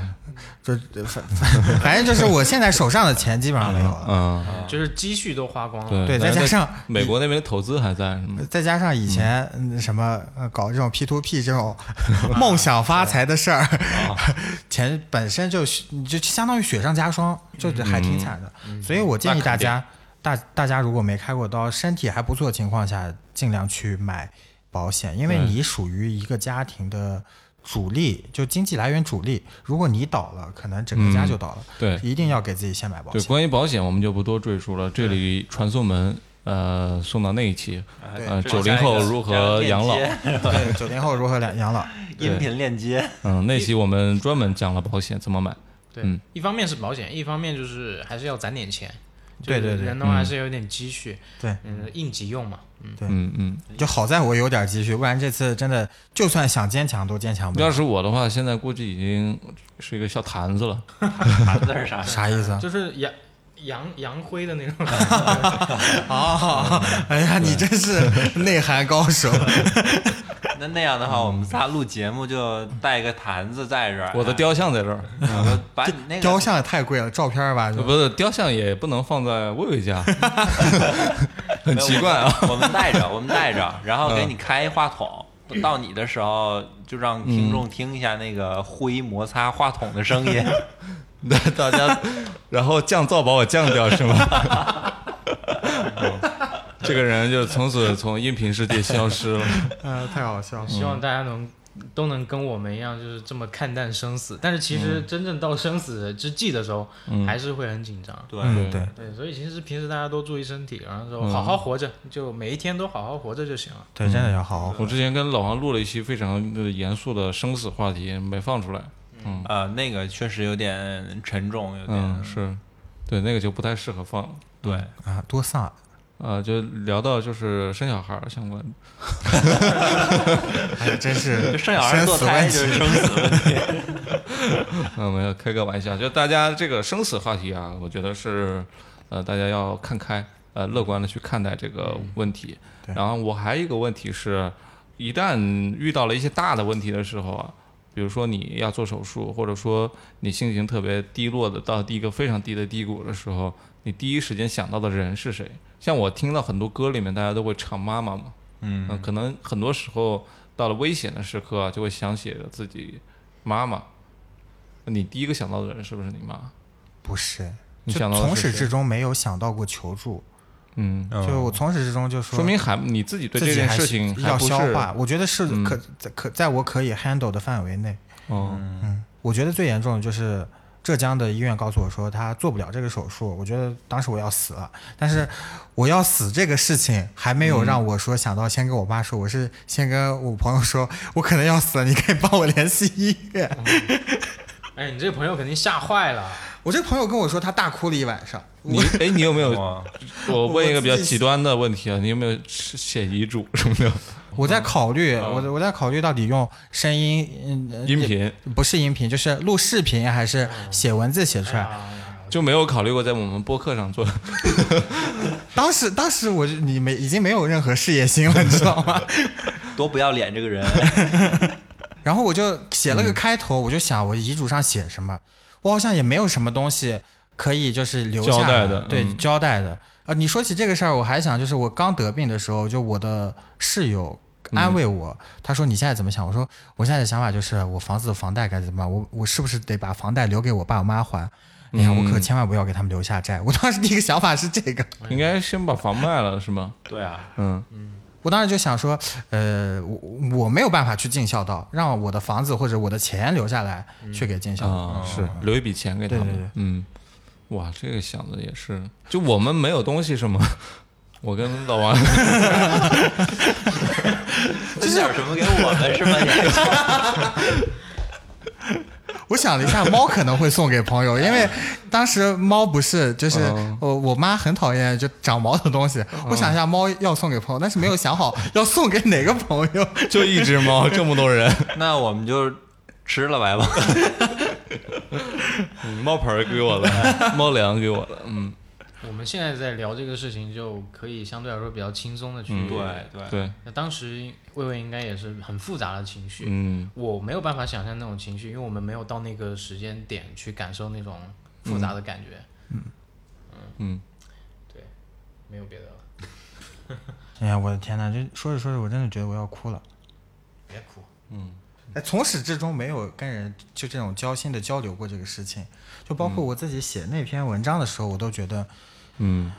[SPEAKER 1] 就反反反正就是我现在手上的钱基本上没有了。
[SPEAKER 2] 嗯，
[SPEAKER 4] 就是积蓄都花光了，
[SPEAKER 2] 对
[SPEAKER 1] 啊对，再
[SPEAKER 2] 但是
[SPEAKER 1] 加上
[SPEAKER 2] 美嗯国那边的投资还在，嗯
[SPEAKER 1] 再加上以前嗯什么呃搞这种 P to P 这 种
[SPEAKER 2] 啊
[SPEAKER 1] 梦想发财的事儿， 钱本身就是你就相当于雪上加霜，就还挺惨的。
[SPEAKER 2] 嗯
[SPEAKER 1] 所以我建议大家，大大家如果没开过刀，身体还不错的情况下，尽量去买保险，因为
[SPEAKER 2] 对
[SPEAKER 1] 你属于一个家庭的。主力就经济来源主力，如果你倒了，可能整个家就倒了。
[SPEAKER 2] 嗯对
[SPEAKER 1] 一定要给自己先买呃保
[SPEAKER 2] 对，
[SPEAKER 1] 险。
[SPEAKER 2] 关于保险我们就不多赘述了，这里传送门呃送到那一期，
[SPEAKER 3] 对
[SPEAKER 2] 呃
[SPEAKER 3] 这个
[SPEAKER 2] 90后如何养老
[SPEAKER 3] 加 个链接
[SPEAKER 1] 对，九零后如何养养老？
[SPEAKER 2] 对
[SPEAKER 3] 音频 链接，
[SPEAKER 2] 嗯，那期我们专门讲了保险怎么买，
[SPEAKER 4] 对
[SPEAKER 2] 嗯
[SPEAKER 4] 一方面是保险，一方面就是还是要攒点钱。
[SPEAKER 1] 对对对嗯
[SPEAKER 4] 就是人的话还是有点积蓄，
[SPEAKER 1] 对，
[SPEAKER 4] 嗯，应急用嘛，嗯，
[SPEAKER 2] 嗯嗯，
[SPEAKER 1] 就好在我有点积蓄，不然这次真的就算想坚强都坚强不
[SPEAKER 2] 要
[SPEAKER 1] 了。
[SPEAKER 2] 是我的话，现在估计已经是一个小坛 子了，
[SPEAKER 3] 盘子是啥？
[SPEAKER 1] 啥意思啊？嗯
[SPEAKER 4] 就是扬扬扬灰的那种。
[SPEAKER 1] 哦，哎呀，你真是内涵高手。
[SPEAKER 3] 那那样的话，我们仨录节目就带个坛子在
[SPEAKER 1] 哎
[SPEAKER 3] 这儿，
[SPEAKER 2] 嗯我的雕像在这儿，
[SPEAKER 3] 然后把你那个
[SPEAKER 1] 雕像也太贵了，照片儿吧，就
[SPEAKER 2] 不是雕像也不能放在魏 魏家，很奇怪啊，嗯
[SPEAKER 3] 我们带着，我们 带着，然后给你开话筒。到你的时候，就让听众听一下那个灰摩擦话筒的声音。
[SPEAKER 2] 大 家，然后降噪把我降掉是吗？这个人就从此从音频世界消失了。
[SPEAKER 1] 呃，太好笑了。
[SPEAKER 4] 希望大家能都能跟我们一样，就是这么看淡生死。但是其
[SPEAKER 1] 嗯
[SPEAKER 4] 实真正到生死之际的时候，还是会很紧张。
[SPEAKER 3] 对
[SPEAKER 1] 嗯，对
[SPEAKER 4] 对，所以其实平时大家多注意身体，然后
[SPEAKER 1] 嗯
[SPEAKER 4] 说好好活着，就每一天都好好活着就行了。
[SPEAKER 2] 嗯
[SPEAKER 1] 对，真的要好好活。
[SPEAKER 2] 我之前跟老王录了一期非常严肃的生死话题，没放出来。 嗯
[SPEAKER 3] 啊，那个确实有点沉重，有
[SPEAKER 2] 嗯，
[SPEAKER 3] 点
[SPEAKER 2] 是，对，那个就不太适合放了。
[SPEAKER 3] 对。
[SPEAKER 1] 啊，多丧啊！
[SPEAKER 2] 啊，就聊到就是生小孩儿相关的，
[SPEAKER 1] 哎呀，真 是
[SPEAKER 3] 生小孩
[SPEAKER 1] 生
[SPEAKER 3] 堕
[SPEAKER 1] 死
[SPEAKER 3] 胎
[SPEAKER 1] 问
[SPEAKER 3] 就是
[SPEAKER 1] 题。
[SPEAKER 3] 生死问题，
[SPEAKER 2] 嗯，没有开个玩笑，就大家这个生死话题啊，我觉得是，呃，大家要看开，呃，乐观的去看待这个问题。
[SPEAKER 1] 对
[SPEAKER 2] 然后我还有一个问题是，一旦遇到了一些大的问题的时候啊，比如说你要做手术，或者说你心情特别低落的到一个非常低的低谷的时候，你第一时间想到的人是谁？像我听到很多歌里面，大家都会唱妈妈嘛，嗯、可能很多时候到了危险的时刻啊，就会想起了自己妈妈。你第一个想到的人是不是你妈？
[SPEAKER 1] 不是，
[SPEAKER 2] 你
[SPEAKER 1] 就
[SPEAKER 2] 想到的
[SPEAKER 1] 从
[SPEAKER 2] 是
[SPEAKER 1] 始
[SPEAKER 2] 谁
[SPEAKER 1] 至终没有想到过求助，
[SPEAKER 2] 嗯，
[SPEAKER 1] 就我从始至终就说
[SPEAKER 2] 说明还你自己对
[SPEAKER 1] 自
[SPEAKER 2] 这
[SPEAKER 1] 己
[SPEAKER 2] 件
[SPEAKER 1] 还
[SPEAKER 2] 事
[SPEAKER 1] 是
[SPEAKER 2] 情还
[SPEAKER 1] 要
[SPEAKER 2] 不是嗯
[SPEAKER 1] 消化。我觉得是可在可在我可以 handle 的范围内。
[SPEAKER 2] 哦，
[SPEAKER 1] 嗯我觉得最严重的就是浙江的医院告诉我说他做不了这个手术，我觉得当时我要死了。但是我要死这个事情还没
[SPEAKER 2] 嗯
[SPEAKER 1] 有让我说想到先跟我妈说，我是先跟我朋友说，我可能要死了，你可以帮我联系医院。
[SPEAKER 4] 哎，你这个朋友肯定吓坏了。
[SPEAKER 1] 我这朋友跟我说他大哭了一晚上，
[SPEAKER 2] 你 哎，你有没有？
[SPEAKER 3] 哇
[SPEAKER 2] 我问一个比较
[SPEAKER 1] 我自己
[SPEAKER 2] 极端的问题啊，你有没有写遗嘱什么的？
[SPEAKER 1] 我在考虑，我我在考虑到底用声音，嗯，
[SPEAKER 2] 嗯音频嗯
[SPEAKER 1] 不是音频，就是录视频还是写文字写出来。
[SPEAKER 2] 哎
[SPEAKER 4] 啊，
[SPEAKER 2] 就没有考虑过在我们播客上做。
[SPEAKER 1] 哎当时当时我就你没已经没有任何事业心了，你知道吗？
[SPEAKER 3] 多不要脸这个人，
[SPEAKER 1] 然后我就写
[SPEAKER 2] 嗯
[SPEAKER 1] 了个开头，我就想我遗嘱上写什么，我好像也没有什么东西可以就是留下
[SPEAKER 2] 交代
[SPEAKER 1] 的
[SPEAKER 2] 的
[SPEAKER 1] 对、
[SPEAKER 2] 嗯
[SPEAKER 1] 交代的。呃，你说起这个事儿，我还想就是我刚得病的时候，就我的室友安慰我，
[SPEAKER 2] 嗯
[SPEAKER 1] 他说你现在怎么想？我说我现在的想法就是我房子的房贷该怎么办？我我是不是得把房贷留给我爸我妈还？
[SPEAKER 2] 嗯
[SPEAKER 1] 哎呀，我可千万不要给他们留下债。我当时第一个想法是这个，
[SPEAKER 2] 应该先把房卖了是吗？
[SPEAKER 3] 对 啊，
[SPEAKER 2] 嗯，
[SPEAKER 1] 我当时就想说，呃，我我没有办法去尽孝道，让我的房子或者我的钱留下来去给尽孝道。
[SPEAKER 2] 啊，是留一笔钱给他
[SPEAKER 1] 对对对
[SPEAKER 2] 们。嗯，哇，这个想的也是，就我们没有东西是吗？ 我跟老王，
[SPEAKER 3] 分点什么给我们是吗？你还说
[SPEAKER 1] 我想了一下，猫可能会送给朋 友，因为当时猫不是就是
[SPEAKER 2] 哦
[SPEAKER 1] 我我妈很讨厌就长毛的东西，我想一下猫要送给朋友，但是没有想好要送给哪个朋友。
[SPEAKER 2] 就一只猫，这么多人，
[SPEAKER 3] 那我们就吃了 来吧。
[SPEAKER 2] 嗯猫盆儿给我了，猫粮给我了，嗯，
[SPEAKER 4] 我们现在在聊这个事情，就可以相对来说比较轻松的去。
[SPEAKER 2] 嗯
[SPEAKER 3] 对，
[SPEAKER 2] 对，
[SPEAKER 4] 那当时魏魏应该也是很复杂的情绪，
[SPEAKER 2] 嗯
[SPEAKER 4] 我没有办法想象那种情绪，因为我们没有到那个时间点去感受那种复杂的感觉。
[SPEAKER 2] 嗯，
[SPEAKER 4] 对，没有别的了，
[SPEAKER 1] 哎呀，我的天呐，这说着说着，我真的觉得我要哭了。
[SPEAKER 4] 别哭。
[SPEAKER 1] 哎，从始至终没有跟人就这种交心的交流过这个事情，就包括我自己写那篇文章的时候，我都觉得
[SPEAKER 2] 嗯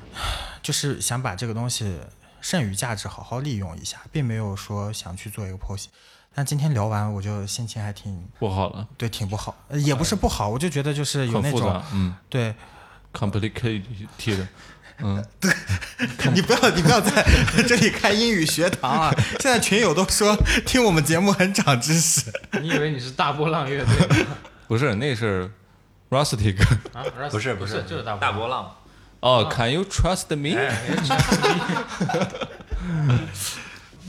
[SPEAKER 1] 就是想把这个东西剩余价值好好利用一下，并没有说想去做一个剖析。但今天聊完，我就心情还挺
[SPEAKER 2] 不好了，
[SPEAKER 1] 对，挺不好，呃也不是不好，我就觉得就是哎有
[SPEAKER 2] 很
[SPEAKER 1] 那
[SPEAKER 2] 复
[SPEAKER 1] 种
[SPEAKER 2] 杂，嗯
[SPEAKER 1] 对，
[SPEAKER 2] ，complicated，嗯，
[SPEAKER 1] 你不要你不要 在这里开英语学堂啊！现在群友都说听我们节目很长知识，
[SPEAKER 4] 你以为你是大波浪乐队
[SPEAKER 2] 不是，那是 rustic，
[SPEAKER 4] 啊？
[SPEAKER 3] 不是
[SPEAKER 4] 不
[SPEAKER 3] 是，
[SPEAKER 4] 就是大
[SPEAKER 3] 大
[SPEAKER 4] 波浪。
[SPEAKER 3] 波浪，
[SPEAKER 2] 哦，Can you trust me？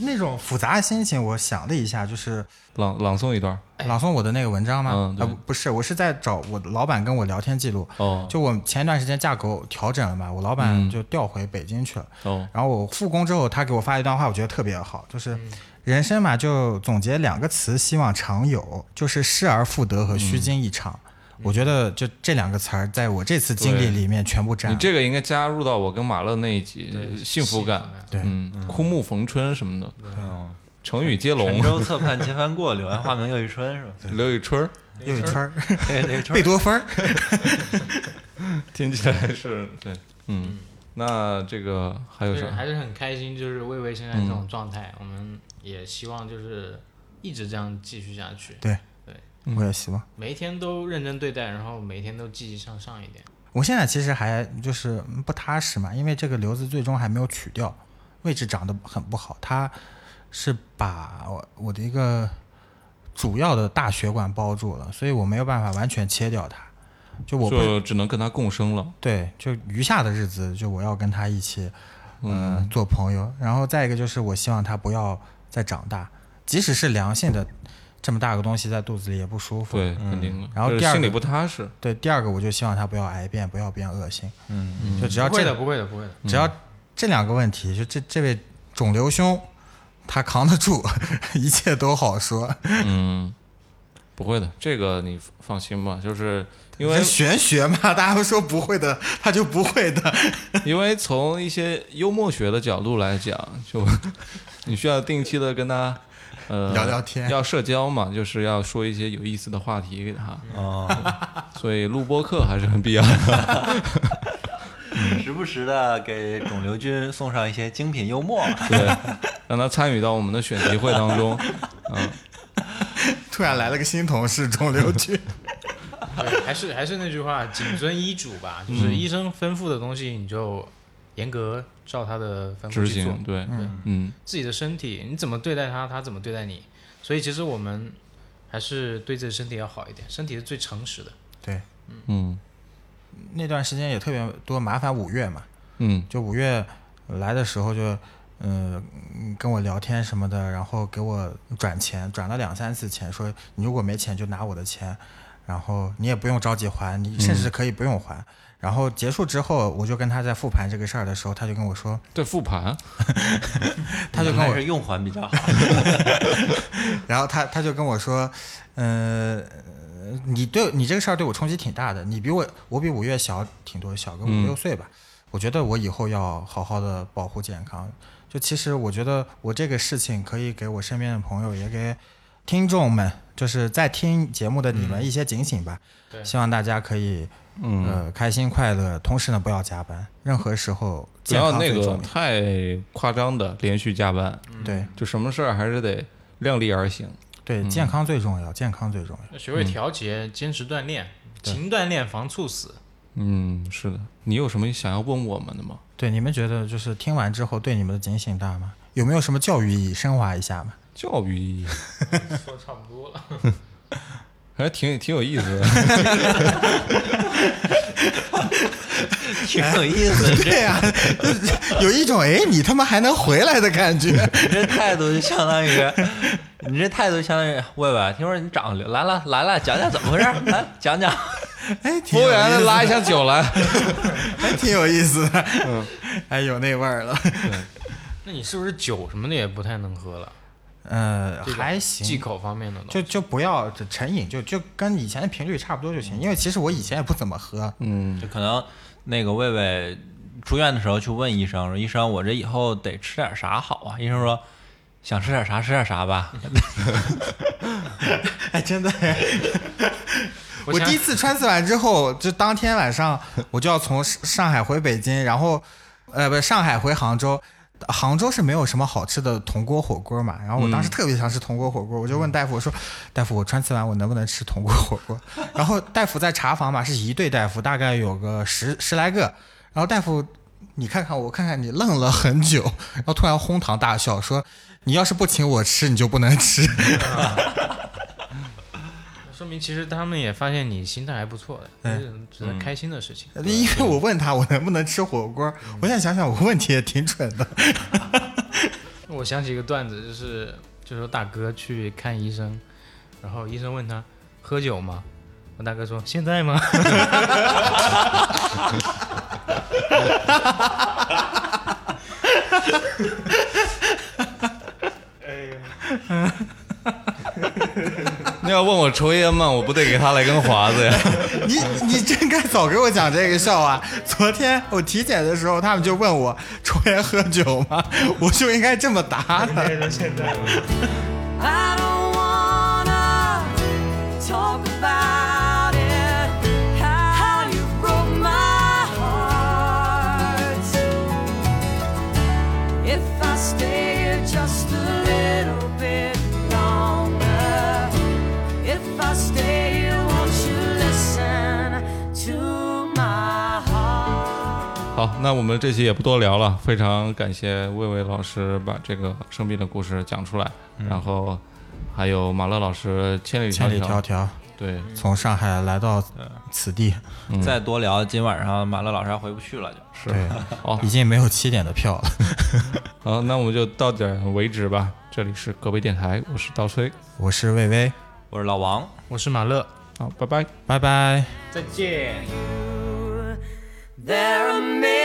[SPEAKER 1] 那种复杂的心情，我想了一下，就是
[SPEAKER 2] 朗朗诵一段儿，
[SPEAKER 1] 朗诵我的那个文章吗？
[SPEAKER 2] 哎嗯对
[SPEAKER 1] 呃，不是，我是在找我老板跟我聊天记录。
[SPEAKER 2] 哦嗯
[SPEAKER 1] 就我前一段时间架构调整了嘛，我老板就调回北京去了。
[SPEAKER 2] 哦，
[SPEAKER 1] 然后我复工之后，他给我发一段话，我觉得特别好，就是人生嘛，就总结两个词，希望常有，就是失而复得和虚惊一场。我觉得就这两个词儿，在我这次经历里面全部占
[SPEAKER 2] 你
[SPEAKER 1] 了。
[SPEAKER 2] 这个应该加入到我跟马乐那一集，
[SPEAKER 4] 对
[SPEAKER 2] 幸福
[SPEAKER 4] 幸
[SPEAKER 2] 感
[SPEAKER 4] 福感，
[SPEAKER 1] 对
[SPEAKER 2] 嗯，枯木逢春什么的，
[SPEAKER 3] 嗯，
[SPEAKER 2] 成语接龙
[SPEAKER 3] 沉，舟侧畔千帆过，柳暗花明又一村是吧？
[SPEAKER 2] 刘宇春儿，
[SPEAKER 1] 又一圈儿，
[SPEAKER 3] 对，那个村
[SPEAKER 1] 贝多芬儿。
[SPEAKER 2] 听起来是对，嗯，那这个还有
[SPEAKER 4] 就是
[SPEAKER 2] 啥？
[SPEAKER 4] 还是很开心，就是魏巍现在这种状态，我们也希望就是一直这样继续下去，
[SPEAKER 1] 我也希望。
[SPEAKER 4] 每一天都认真对待，然后每一天都积极向上一点。
[SPEAKER 1] 我现在其实还就是不踏实嘛，因为这个瘤子最终还没有取掉，位置长得很不好，它是把我我的一个主要的大血管包住了，所以我没有办法完全切掉它。就我不
[SPEAKER 2] 就只能跟他共生了。
[SPEAKER 1] 对，就余下的日子，就我要跟他一起，嗯、做朋友。然后再一个就是，我希望他不要再长大，即使是良性的，这么大个东西在肚子里也不舒服。
[SPEAKER 2] 对，肯定的。
[SPEAKER 1] 然后
[SPEAKER 2] 就是
[SPEAKER 1] 第二
[SPEAKER 2] 心里
[SPEAKER 1] 个
[SPEAKER 2] 不 踏实，
[SPEAKER 1] 对第二个我就希望他不要癌变，不要变恶性。
[SPEAKER 3] 嗯，
[SPEAKER 1] 就只要
[SPEAKER 4] 不会
[SPEAKER 1] 这
[SPEAKER 4] 的，不会的，不会的。
[SPEAKER 1] 只要这两个问题，就这这位肿瘤兄，他扛得住， 一切都好说。
[SPEAKER 2] 嗯， 不会的，这个你放心吧，就是因为
[SPEAKER 1] 这玄学嘛，大家都说不会的，他就不会的。
[SPEAKER 2] 因为从一些幽默学的角度来讲， 就你需要定期的跟他呃
[SPEAKER 1] 聊聊天
[SPEAKER 2] 要社交嘛，就是要说一些有意思的话题给他，
[SPEAKER 3] 哦，
[SPEAKER 2] 所以录播课还是很必要的。
[SPEAKER 3] 嗯时不时的给肿瘤君送上一些精品幽默。
[SPEAKER 2] 对，让他参与到我们的选题会当中。嗯，
[SPEAKER 1] 突然来了个新同事，肿瘤君。
[SPEAKER 4] 对， 还是还是那句话，谨遵医嘱吧，
[SPEAKER 1] 嗯
[SPEAKER 4] 就是医生吩咐的东西，你就严格照他的吩咐
[SPEAKER 2] 执
[SPEAKER 4] 去做
[SPEAKER 2] 行。对，嗯
[SPEAKER 4] 自己的身体，你怎么对待他，他怎么对待你。所以其实我们还是对自己的身体要好一点，身体是最诚实的。
[SPEAKER 1] 对，
[SPEAKER 2] 嗯
[SPEAKER 1] 那段时间也特别多麻烦五月嘛，
[SPEAKER 2] 嗯
[SPEAKER 1] 就五月来的时候就，嗯、跟我聊天什么的，然后给我转钱，转了两三次钱，说你如果没钱就拿我的钱，然后你也不用着急还，你甚至可以不用还。然后结束之后，我就跟他在复盘这个事儿的时候，他就跟我说，
[SPEAKER 2] 对，复盘，
[SPEAKER 1] 他就跟
[SPEAKER 3] 还
[SPEAKER 1] 我
[SPEAKER 3] 是用还比较好。
[SPEAKER 1] 然后他他就跟我说，呃，你对你这个事儿对我冲击挺大的，你比我我比五月小挺多，小个五
[SPEAKER 2] 嗯
[SPEAKER 1] 六岁吧。我觉得我以后要好好的保护健康。就其实我觉得我这个事情可以给我身边的朋友，也给听众们，就是在听节目的你们一些警醒吧。
[SPEAKER 4] 对
[SPEAKER 1] 希望大家可以
[SPEAKER 2] 嗯，
[SPEAKER 1] 呃开心快乐，同时呢不要加班，任何时候
[SPEAKER 2] 不
[SPEAKER 1] 健
[SPEAKER 2] 要
[SPEAKER 1] 康
[SPEAKER 2] 嗯那
[SPEAKER 1] 最重
[SPEAKER 2] 个
[SPEAKER 1] 要。嗯
[SPEAKER 2] 太夸张的连续加班，
[SPEAKER 1] 对
[SPEAKER 2] 就什么事儿还是得量力而行。
[SPEAKER 1] 对，健康最重要，健康最重要。
[SPEAKER 4] 要学会调节，坚持锻炼，勤锻炼防猝死。
[SPEAKER 2] 嗯，是的。你有什么想要问我们的吗？
[SPEAKER 1] 对，你们觉得就是听完之后对你们的警醒大吗？有没有什么教育意义？升华一下嘛？
[SPEAKER 2] 教育意义
[SPEAKER 4] 说差不多了，
[SPEAKER 2] 还挺挺有意思 的。
[SPEAKER 3] 挺有意思，这
[SPEAKER 1] 对呀、 有一种哎，你他妈还能回来的感 觉。
[SPEAKER 3] 你这态度就相当于，你这态度相当于喂喂，听说你长瘤，来了来了，讲讲怎么回事？来讲讲。
[SPEAKER 1] 哎，
[SPEAKER 2] 服
[SPEAKER 1] 挺
[SPEAKER 2] 务
[SPEAKER 1] 有意
[SPEAKER 2] 员
[SPEAKER 1] 思
[SPEAKER 2] 拉一下酒来。
[SPEAKER 1] 还挺有意思的。 嗯，哎，有那味儿了。
[SPEAKER 4] 那你是不是酒什么的也不太能喝了？
[SPEAKER 1] 呃，
[SPEAKER 4] 这种
[SPEAKER 1] 还
[SPEAKER 4] 忌
[SPEAKER 1] 行，
[SPEAKER 4] 口方面的东西。
[SPEAKER 1] 就就不要成瘾，就就跟以前的频率差不多就行。因为其实我以前也不怎么喝。
[SPEAKER 2] 嗯
[SPEAKER 3] 就可能那个魏魏出院的时候去问医生说：“医生，我这以后得吃点啥好啊？”医生说：“想吃点啥吃点 啥吧。
[SPEAKER 1] 哎，真的。我
[SPEAKER 4] 想
[SPEAKER 1] 第一次穿刺完之后，就当天晚上 我就要从上上海回北京，然后，呃，不，上海回杭州。杭州是没有什么好吃的铜锅火锅嘛，然后我当时特别想吃铜锅火锅，我就问大夫我说：“大夫，我穿刺完我能不能吃铜锅火锅？” 然后大夫在查房嘛，是一对大夫，大概有个十十来个，然后大夫你看看我看看你，愣了很久，然后突然哄堂大笑说：“你要是不请我吃，你就不能吃。”
[SPEAKER 4] 说明其实他们也发现你心态还不错
[SPEAKER 1] 哎
[SPEAKER 4] 的，这种
[SPEAKER 1] 嗯
[SPEAKER 4] 值得开心的事情。
[SPEAKER 1] 因为我问他我能不能吃火锅，我现在想想我问题也挺蠢的。
[SPEAKER 4] 我想起一个段子，就是就说大哥去看医生，然后医生问他喝酒吗？我大哥说现在吗？
[SPEAKER 2] 那要问我抽烟吗？我不得给他来根华子呀？
[SPEAKER 1] 你你真该早给我讲这个笑话。昨天我体检的时候，他们就问我抽烟喝酒吗？我就应该这么答的。
[SPEAKER 5] I don't wanna talk about it. How you broke my heart.
[SPEAKER 2] 好，那我们这期也不多聊了，非常感谢魏巍老师把这个生病的故事讲出来，然后还有马乐老师千里迢
[SPEAKER 1] 嗯千里迢嗯迢
[SPEAKER 2] 对，
[SPEAKER 1] 从上海来到此地，
[SPEAKER 3] 再多聊，今晚上马乐老师还回不去了，就。
[SPEAKER 2] 是
[SPEAKER 1] 对，
[SPEAKER 2] 好
[SPEAKER 1] 已经没有七点的票了。
[SPEAKER 2] 好，那我们就到点为止吧。这里是隔壁电台，我是刀崔，
[SPEAKER 1] 我是魏巍，
[SPEAKER 3] 我是老王，
[SPEAKER 4] 我是马乐，
[SPEAKER 2] 好，拜拜。
[SPEAKER 1] 拜拜。
[SPEAKER 4] 再见。
[SPEAKER 5] There are many